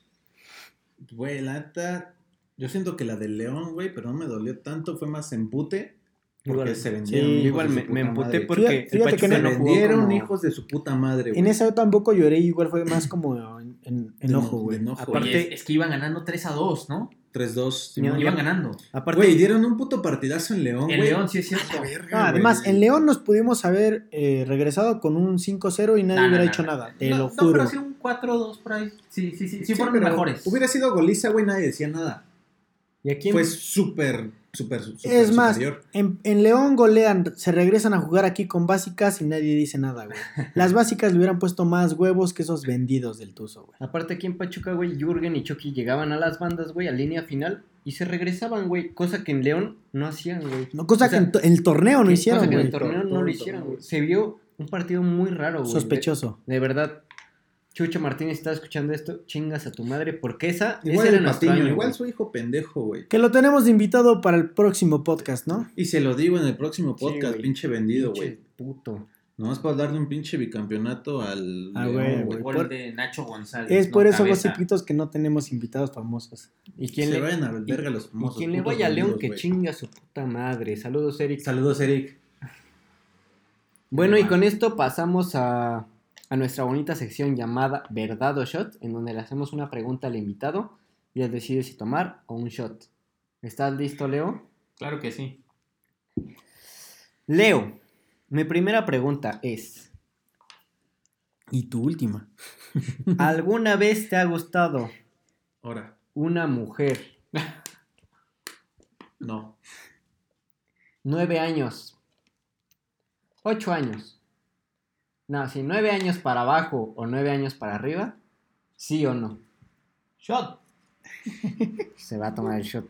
Speaker 4: Güey, la neta, Yo siento que la del León, güey, pero no me dolió tanto. Fue más empute. Porque
Speaker 3: Igual.
Speaker 4: se
Speaker 2: Sí,
Speaker 4: vendieron. hijos
Speaker 3: igual
Speaker 4: de
Speaker 3: me-
Speaker 4: su puta
Speaker 3: me emputé
Speaker 4: madre.
Speaker 3: por- Porque
Speaker 2: Fíjate-
Speaker 3: el
Speaker 2: fíjate que
Speaker 3: Pachuca
Speaker 4: Se
Speaker 2: no-
Speaker 3: no jugó
Speaker 4: vendieron
Speaker 3: como-
Speaker 4: hijos de su puta madre, güey.
Speaker 2: En esa yo tampoco lloré, igual fue más como en, en-
Speaker 4: De
Speaker 2: enojo,
Speaker 4: no-
Speaker 2: güey.
Speaker 4: de enojo,
Speaker 3: Aparte-
Speaker 4: güey.
Speaker 5: Oye, es, es que iban ganando 3 a 2, ¿no?
Speaker 4: 3-2.
Speaker 3: No,
Speaker 4: Simón.
Speaker 5: Iban ganando.
Speaker 3: Aparte,
Speaker 4: Güey, dieron un puto partidazo en León,
Speaker 5: En
Speaker 4: güey.
Speaker 5: León, sí es cierto.
Speaker 4: La verga,
Speaker 2: Ah, además,
Speaker 4: güey.
Speaker 2: en León nos pudimos haber eh, regresado con un 5-0 y nadie
Speaker 5: No, no,
Speaker 2: hubiera
Speaker 5: no,
Speaker 2: hecho
Speaker 5: no.
Speaker 2: nada, te
Speaker 5: no,
Speaker 2: lo
Speaker 5: no,
Speaker 2: juro.
Speaker 5: pero sí un 4-2 por ahí. Sí, sí, sí. Sí,
Speaker 4: Sí,
Speaker 5: fueron
Speaker 4: pero
Speaker 5: mejores.
Speaker 4: Hubiera sido goliza, güey, nadie decía nada.
Speaker 3: ¿y a quién?
Speaker 4: Fue súper super, super
Speaker 2: es más,
Speaker 4: superior.
Speaker 2: en, en León golean, se regresan a jugar aquí con básicas y nadie dice nada, güey. Las básicas le hubieran puesto más huevos que esos vendidos del Tuzo, güey.
Speaker 3: Aparte aquí en Pachuca, güey, Jürgen y Chucky llegaban a las bandas, güey, a línea final y se regresaban, güey. Cosa que en León no hacían, güey.
Speaker 2: No, cosa
Speaker 3: O sea,
Speaker 2: que en to- en el torneo no
Speaker 3: Que-
Speaker 2: hicieron,
Speaker 3: cosa que en el
Speaker 2: güey.
Speaker 3: torneo no lo hicieron, güey. Se vio un partido muy raro, güey.
Speaker 2: Sospechoso.
Speaker 3: De, de verdad. Chucho Martínez está escuchando esto, chingas a tu madre, porque esa,
Speaker 4: Igual
Speaker 3: ese
Speaker 4: el
Speaker 3: era nuestro
Speaker 4: Patiño,
Speaker 3: año,
Speaker 4: igual
Speaker 3: güey.
Speaker 4: su hijo pendejo, güey.
Speaker 2: Que lo tenemos de invitado para el próximo podcast, ¿no?
Speaker 4: Y se lo digo en el próximo
Speaker 3: Sí,
Speaker 4: podcast,
Speaker 3: güey.
Speaker 4: pinche vendido, güey.
Speaker 3: Pinche Puto.
Speaker 4: Nomás para darle un pinche bicampeonato al
Speaker 2: Ah,
Speaker 4: León,
Speaker 2: güey,
Speaker 4: güey.
Speaker 5: Gol
Speaker 2: por-
Speaker 5: de Nacho González.
Speaker 2: Es
Speaker 5: ¿no?
Speaker 2: por eso,
Speaker 5: Cabeza.
Speaker 2: gossipitos, que no tenemos invitados famosos.
Speaker 3: ¿Y
Speaker 4: Que
Speaker 3: quién
Speaker 4: se
Speaker 3: le,
Speaker 4: vayan a verga los
Speaker 3: y
Speaker 4: famosos.
Speaker 3: quien le
Speaker 4: putos
Speaker 3: vaya a León,
Speaker 4: vendidos,
Speaker 3: que
Speaker 4: güey.
Speaker 3: chinga su puta madre. Saludos, Eric.
Speaker 4: Saludos, Eric.
Speaker 3: Bueno, y con esto pasamos a, a nuestra bonita sección llamada Verdad o Shot, en donde le hacemos una pregunta al invitado y él decide si tomar o un shot. ¿Estás listo, Leo?
Speaker 5: Claro que sí.
Speaker 3: Leo, mi primera pregunta es,
Speaker 2: Y tu última.
Speaker 3: ¿alguna vez te ha gustado
Speaker 4: Ahora,
Speaker 3: una mujer?
Speaker 4: no.
Speaker 3: Nueve años. Ocho años. No, si nueve años para abajo o nueve años para arriba, sí o no.
Speaker 5: Shot.
Speaker 3: Se va a tomar el shot.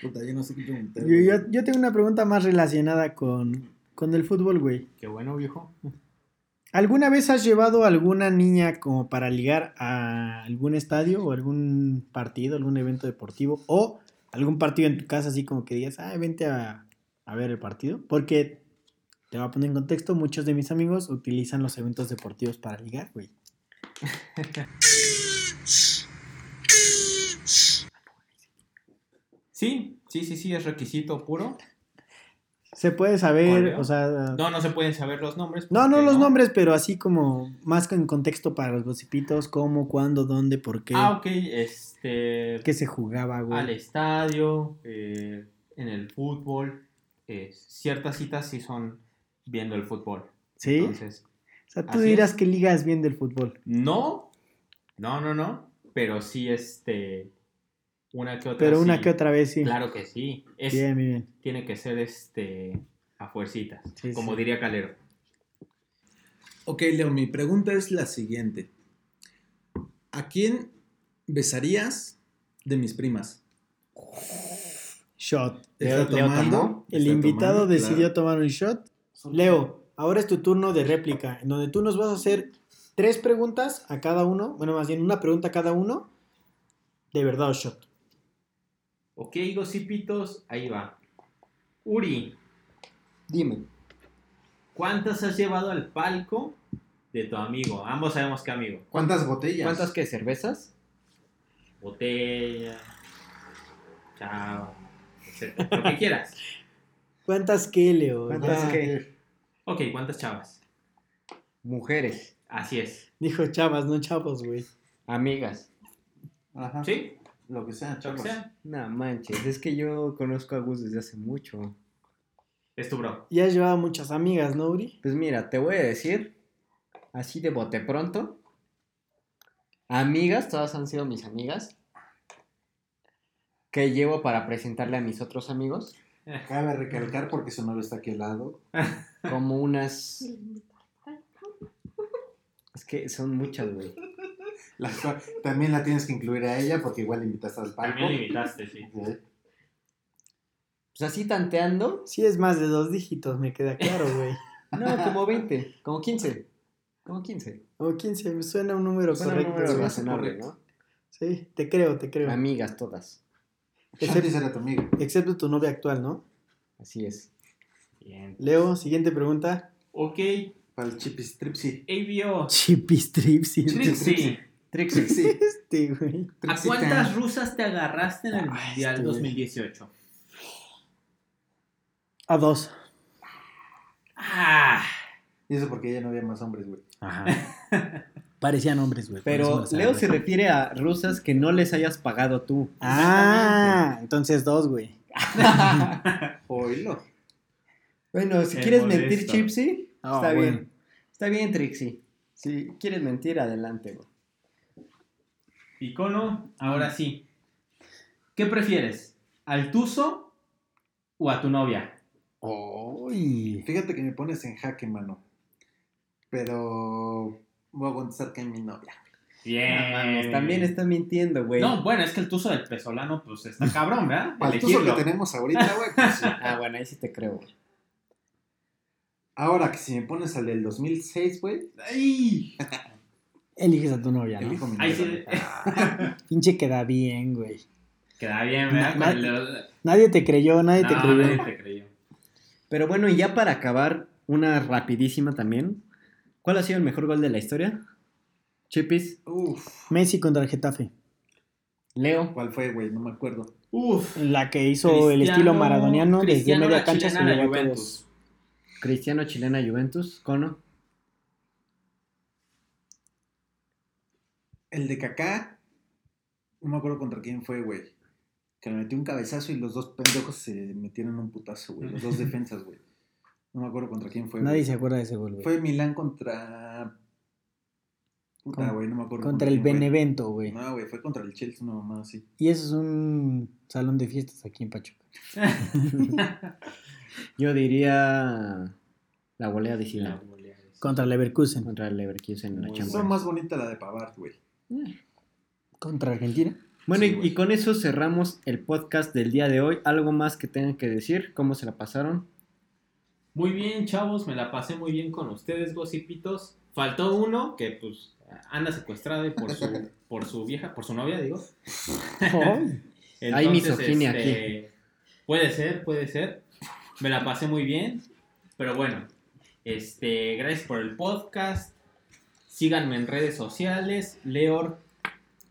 Speaker 4: Puta, yo no sé qué preguntar.
Speaker 2: Yo,
Speaker 4: güey.
Speaker 2: yo- yo tengo una pregunta más relacionada con, con el fútbol, güey.
Speaker 5: Qué bueno, viejo.
Speaker 2: ¿Alguna vez has llevado a alguna niña como para ligar a algún estadio o algún partido, algún evento deportivo o algún partido en tu casa así como que digas, ay, vente a, a ver el partido? Porque te voy a poner en contexto, muchos de mis amigos utilizan los eventos deportivos para ligar, güey.
Speaker 5: Sí, sí, sí, sí, es requisito puro.
Speaker 2: Se puede
Speaker 5: ¿Cuál,
Speaker 2: saber,
Speaker 5: Leo?
Speaker 2: o sea...
Speaker 5: No, no se pueden saber los nombres.
Speaker 2: No, no
Speaker 5: porque
Speaker 2: los nombres, pero así como más en contexto para los gocipitos, cómo, cuándo, dónde, por qué,
Speaker 5: Ah, ok, este.
Speaker 2: qué se jugaba, güey.
Speaker 5: al estadio, eh, en el fútbol. eh, ciertas citas sí son viendo el fútbol.
Speaker 2: ¿Sí?
Speaker 5: Entonces,
Speaker 2: o sea, tú
Speaker 5: así
Speaker 2: dirás que ligas bien del fútbol.
Speaker 5: no, no, no, no, pero sí este, una que otra.
Speaker 2: Pero una
Speaker 5: Pues sí.
Speaker 2: que otra vez sí.
Speaker 5: Claro que sí. Es,
Speaker 2: Bien, muy bien.
Speaker 5: Tiene que ser este, a fuercitas,
Speaker 2: Sí,
Speaker 5: como
Speaker 2: sí.
Speaker 5: diría Calero.
Speaker 4: Ok, Leo, mi pregunta es la siguiente. ¿A quién besarías de mis primas?
Speaker 2: Shot.
Speaker 3: Leo- Leo tomó.
Speaker 2: El
Speaker 4: ¿Está
Speaker 2: invitado
Speaker 4: tomando?
Speaker 2: decidió
Speaker 4: Claro.
Speaker 2: tomar un shot. Leo, ahora es tu turno de réplica, en donde tú nos vas a hacer tres preguntas a cada uno, bueno, más bien una pregunta a cada uno, de verdad o shot.
Speaker 5: Ok, gocipitos, ahí va. Uri,
Speaker 3: Dime.
Speaker 5: ¿cuántas has llevado al palco de tu amigo? Ambos sabemos que amigo.
Speaker 6: ¿Cuántas botellas?
Speaker 3: ¿Cuántas que cervezas?
Speaker 5: botella, chao, etcétera, lo que quieras.
Speaker 2: ¿Cuántas qué, Leo?
Speaker 3: ¿Cuántas que?
Speaker 5: Ok, ¿cuántas chavas?
Speaker 3: Mujeres,
Speaker 5: Así es.
Speaker 2: Dijo chavas, no chavos, güey.
Speaker 3: amigas.
Speaker 2: Ah.
Speaker 6: Ajá.
Speaker 5: ¿Sí?
Speaker 6: Lo que sea,
Speaker 5: Lo que
Speaker 6: chavos.
Speaker 5: sea.
Speaker 3: No manches, es que yo conozco a Gus desde hace mucho.
Speaker 5: Es tu bro.
Speaker 2: Ya has llevado muchas amigas, ¿no, Uri?
Speaker 3: Pues mira, te voy a decir, así de bote pronto. Amigas, todas han sido mis amigas. Que llevo para presentarle a mis otros amigos.
Speaker 6: Cabe recalcar porque su novio está aquí al lado.
Speaker 3: Como unas. Es que son muchas, güey.
Speaker 6: La cual- también la tienes que incluir a ella porque igual la invitaste al palco.
Speaker 5: También le invitaste, sí.
Speaker 6: Eh,
Speaker 3: Pues así tanteando.
Speaker 2: Sí es más de dos dígitos, me queda claro, güey.
Speaker 3: No, como 20, como 15. Como 15.
Speaker 2: O 15, me suena un número
Speaker 3: Suena un
Speaker 2: correcto.
Speaker 3: número
Speaker 2: güey.
Speaker 3: razonable, ¿no?
Speaker 2: Sí, te creo, te creo.
Speaker 3: Amigas todas.
Speaker 6: Shanti será tu amiga.
Speaker 2: Excepto tu novia actual, ¿no?
Speaker 3: Así es.
Speaker 5: Bien.
Speaker 2: Leo, siguiente pregunta.
Speaker 5: Ok,
Speaker 6: Para el Chipis Tripsy.
Speaker 5: ABO.
Speaker 2: Chipistripsis.
Speaker 5: Trixie,
Speaker 3: Trixie.
Speaker 6: Tripsy.
Speaker 2: Este, güey.
Speaker 5: ¿a
Speaker 6: Tripsy
Speaker 5: cuántas
Speaker 6: Tan.
Speaker 5: rusas te agarraste en el
Speaker 2: Ay,
Speaker 5: Mundial
Speaker 2: este güey.
Speaker 5: 2018?
Speaker 2: A dos.
Speaker 5: Ah,
Speaker 6: Y eso porque ya no había más hombres, güey.
Speaker 2: Parecían hombres, güey. por eso me
Speaker 3: Pero
Speaker 2: lo sabía.
Speaker 3: Leo se refiere a rusas que no les hayas pagado tú.
Speaker 2: Ah, entonces dos, güey.
Speaker 6: Oílo.
Speaker 3: Bueno, si
Speaker 5: Qué
Speaker 3: quieres
Speaker 5: molesto.
Speaker 3: mentir, Chipsy,
Speaker 2: Ah,
Speaker 3: está
Speaker 2: bueno.
Speaker 3: bien. Está bien, Trixie. Si quieres mentir, adelante, güey.
Speaker 5: Picono, ahora sí. ¿Qué prefieres? ¿Al Tuzo o a tu novia?
Speaker 4: Uy, fíjate que me pones en jaque, mano. Pero voy a contestar que es mi novia.
Speaker 5: Bien.
Speaker 3: No mames, también está mintiendo, güey.
Speaker 5: Eh. No, bueno, es que el tuzo del pesolano, pues está cabrón, ¿verdad?
Speaker 4: Para el
Speaker 6: Pues
Speaker 4: tuzo que
Speaker 5: Elegirlo.
Speaker 4: tenemos ahorita, güey, pues sí.
Speaker 3: Ah, bueno, ahí sí te creo, güey.
Speaker 4: Ahora que si me pones al del 2006, güey,
Speaker 5: ¡Ay!
Speaker 2: Eliges a tu novia, ¿no?
Speaker 4: elijo mi
Speaker 5: Ahí
Speaker 4: novia.
Speaker 5: sí.
Speaker 2: Pinche queda bien, güey.
Speaker 5: Queda bien, ¿verdad?
Speaker 2: Na-
Speaker 5: Con el-
Speaker 2: Nadie te creyó, nadie te
Speaker 5: No,
Speaker 2: creyó.
Speaker 5: nadie te creyó.
Speaker 3: Pero bueno, y ya para acabar, una rapidísima también. ¿Cuál ha sido el mejor gol de la historia? Chipis,
Speaker 4: Uf,
Speaker 2: Messi contra el Getafe.
Speaker 3: Leo.
Speaker 4: ¿cuál fue, güey? No me acuerdo.
Speaker 5: Uf.
Speaker 2: La que hizo el
Speaker 5: Cristiano-
Speaker 2: estilo maradoniano desde
Speaker 5: Cristiano
Speaker 2: media
Speaker 5: la
Speaker 2: cancha se
Speaker 5: chilena a la
Speaker 2: llevó a todos.
Speaker 5: Juventus.
Speaker 3: Cristiano Chilena Juventus, Cono.
Speaker 4: El de Kaká, no me acuerdo contra quién fue, güey. Que le metió un cabezazo y los dos pendejos se metieron un putazo, güey. Los dos defensas, güey. No me acuerdo contra quién fue. güey.
Speaker 2: Nadie se acuerda de ese gol, güey.
Speaker 4: Fue Milán contra. Puta,
Speaker 2: Con-
Speaker 4: güey, no me acuerdo.
Speaker 2: Contra el
Speaker 4: quién fue.
Speaker 2: Benevento, güey.
Speaker 4: No, güey, fue contra el Chelsea, no mamá, sí.
Speaker 2: Y eso es un salón de fiestas aquí en Pachuca.
Speaker 3: Yo diría la volea de Zidane
Speaker 2: Contra Leverkusen.
Speaker 3: contra el Leverkusen en la
Speaker 4: Son
Speaker 3: Champions.
Speaker 4: más bonita la de Pavard, güey.
Speaker 2: Contra Argentina.
Speaker 3: Bueno, y-
Speaker 4: Sí,
Speaker 3: y,
Speaker 4: güey.
Speaker 3: con eso cerramos el podcast del día de hoy. ¿Algo más que tengan que decir? ¿Cómo se la pasaron?
Speaker 5: Muy bien, chavos, me la pasé muy bien con ustedes, gocipitos. Faltó uno que pues anda secuestrado y por su por su vieja, por su novia, digo.
Speaker 3: Hay misoginia
Speaker 5: aquí. Puede ser, puede ser. Me la pasé muy bien. Pero bueno, este, gracias por el podcast. Síganme en redes sociales,
Speaker 2: Leo.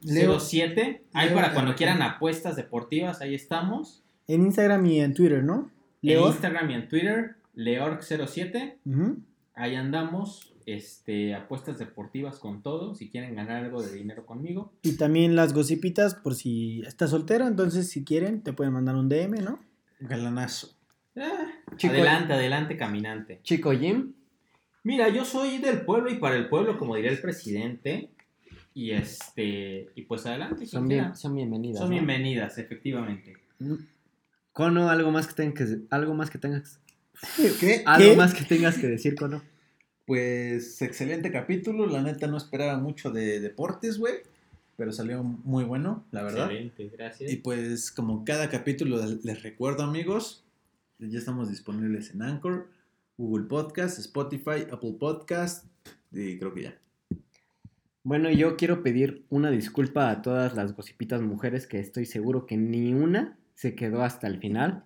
Speaker 5: Leor07. Ahí
Speaker 2: Leo-
Speaker 5: para cuando quieran apuestas deportivas, ahí estamos.
Speaker 2: En Instagram y en Twitter, ¿no?
Speaker 5: En
Speaker 2: Leo.
Speaker 5: Instagram y en Twitter, Leor07.
Speaker 2: Ujú.
Speaker 5: Ahí andamos, este, apuestas deportivas con todo, si quieren ganar algo de dinero conmigo.
Speaker 2: Y también las gocipitas, por si estás soltero, entonces si quieren, te pueden mandar un DM, ¿no?
Speaker 4: Galanazo.
Speaker 5: Ah,
Speaker 3: Chico-
Speaker 5: adelante, adelante, caminante.
Speaker 3: Chico Jim,
Speaker 5: Mira, yo soy del pueblo y para el pueblo, como diría el presidente. Y este, y pues adelante,
Speaker 3: son,
Speaker 5: quien quiera.
Speaker 3: bien, son bienvenidas.
Speaker 5: Son
Speaker 3: ¿no?
Speaker 5: bienvenidas, efectivamente.
Speaker 3: Cono, algo más que tengas que, algo más que tengas,
Speaker 4: ¿Qué?
Speaker 3: algo
Speaker 2: ¿Qué?
Speaker 3: más que tengas que decir, Cono.
Speaker 4: Pues excelente capítulo. La neta no esperaba mucho de deportes, güey. Pero salió muy bueno, la verdad.
Speaker 5: Excelente, gracias.
Speaker 4: Y pues, como cada capítulo, les recuerdo, amigos, ya estamos disponibles en Anchor, Google Podcast, Spotify, Apple Podcast. Y creo que ya.
Speaker 3: Bueno, yo quiero pedir una disculpa a todas las gocipitas mujeres que estoy seguro que ni una se quedó hasta el final.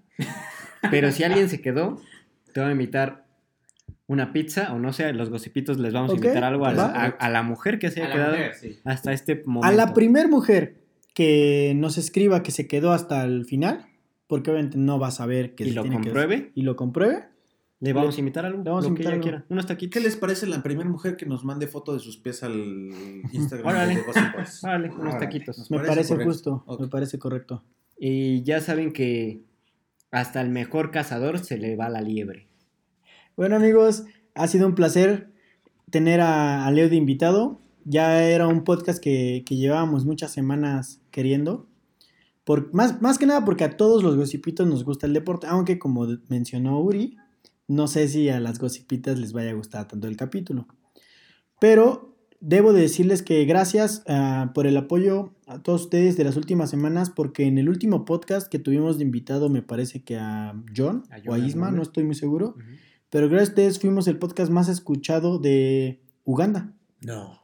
Speaker 3: Pero si alguien se quedó, te voy a invitar una pizza o no sé, los gocipitos les vamos
Speaker 2: Ok,
Speaker 3: a invitar algo a, la-
Speaker 2: va.
Speaker 3: a- a la mujer que se
Speaker 5: A
Speaker 3: haya
Speaker 5: la
Speaker 3: quedado
Speaker 5: mujer, sí.
Speaker 3: hasta este momento.
Speaker 2: A la primer mujer que nos escriba que se quedó hasta el final, porque obviamente no va a saber que
Speaker 3: Y
Speaker 2: se
Speaker 3: lo
Speaker 2: tiene que-
Speaker 3: compruebe.
Speaker 2: y lo compruebe. Pues,
Speaker 3: Le vamos a invitar algo,
Speaker 2: Le vamos a
Speaker 3: lo que
Speaker 2: invitar
Speaker 3: ella
Speaker 2: algo.
Speaker 3: quiera. Unos
Speaker 4: ¿Qué
Speaker 3: taquitos.
Speaker 4: les parece la primera mujer que nos mande foto de sus pies al Instagram?
Speaker 3: Órale.
Speaker 4: de Gossip Boys?
Speaker 3: Vale, unos
Speaker 4: Órale.
Speaker 3: taquitos.
Speaker 2: Me
Speaker 4: parece
Speaker 2: parece,
Speaker 4: correcto.
Speaker 2: justo,
Speaker 4: Ok.
Speaker 2: me parece correcto.
Speaker 3: Y ya saben que hasta el mejor cazador se le va la liebre.
Speaker 2: Bueno amigos, ha sido un placer tener a, a Leo de invitado. Ya era un podcast que, que llevábamos muchas semanas queriendo. Por, más, más que nada porque a todos los gossipitos nos gusta el deporte, aunque como de- mencionó Uri, no sé si a las gossipitas les vaya a gustar tanto el capítulo. Pero debo de decirles que gracias ah, por el apoyo a todos ustedes de las últimas semanas, porque en el último podcast que tuvimos de invitado, me parece que a John,
Speaker 3: A
Speaker 2: o a
Speaker 3: John
Speaker 2: Isma,
Speaker 3: Hernández.
Speaker 2: no estoy muy seguro, pero gracias a ustedes fuimos el podcast más escuchado de Uganda.
Speaker 4: No.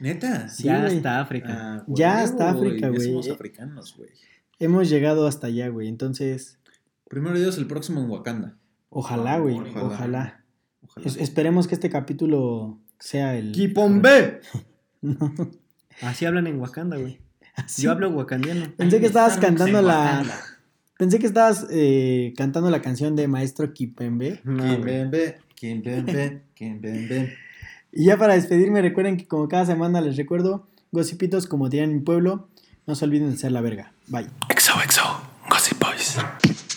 Speaker 4: ¿Neta?
Speaker 2: Sí,
Speaker 3: ya
Speaker 2: güey.
Speaker 3: hasta África.
Speaker 4: Ah,
Speaker 2: Ya
Speaker 4: güey,
Speaker 2: hasta
Speaker 4: güey,
Speaker 2: África,
Speaker 4: ya
Speaker 2: güey.
Speaker 4: Somos africanos, güey.
Speaker 2: Hemos llegado hasta allá, güey. Entonces,
Speaker 4: Primero Dios, el próximo en Wakanda.
Speaker 2: ojalá, güey. Ojalá.
Speaker 4: Ojalá. Ojalá.
Speaker 2: Es- esperemos que este capítulo sea el...
Speaker 3: ¡Kipombe!
Speaker 2: No,
Speaker 3: Así hablan en Wakanda, güey.
Speaker 2: así.
Speaker 3: Yo hablo wakandiano.
Speaker 2: Pensé que estabas cantando
Speaker 5: en
Speaker 2: la...
Speaker 5: Wakanda.
Speaker 2: Pensé que estabas eh, cantando la canción de Maestro Kipembe.
Speaker 3: No,
Speaker 4: Quien
Speaker 3: güey.
Speaker 4: ven, ve. Quien ven, ve. Quien ven, ve.
Speaker 2: Y ya para despedirme, recuerden que como cada semana les recuerdo, gocipitos como tiran mi pueblo, no se olviden de ser la verga. Bye.
Speaker 7: XOXO, Gossip Boys.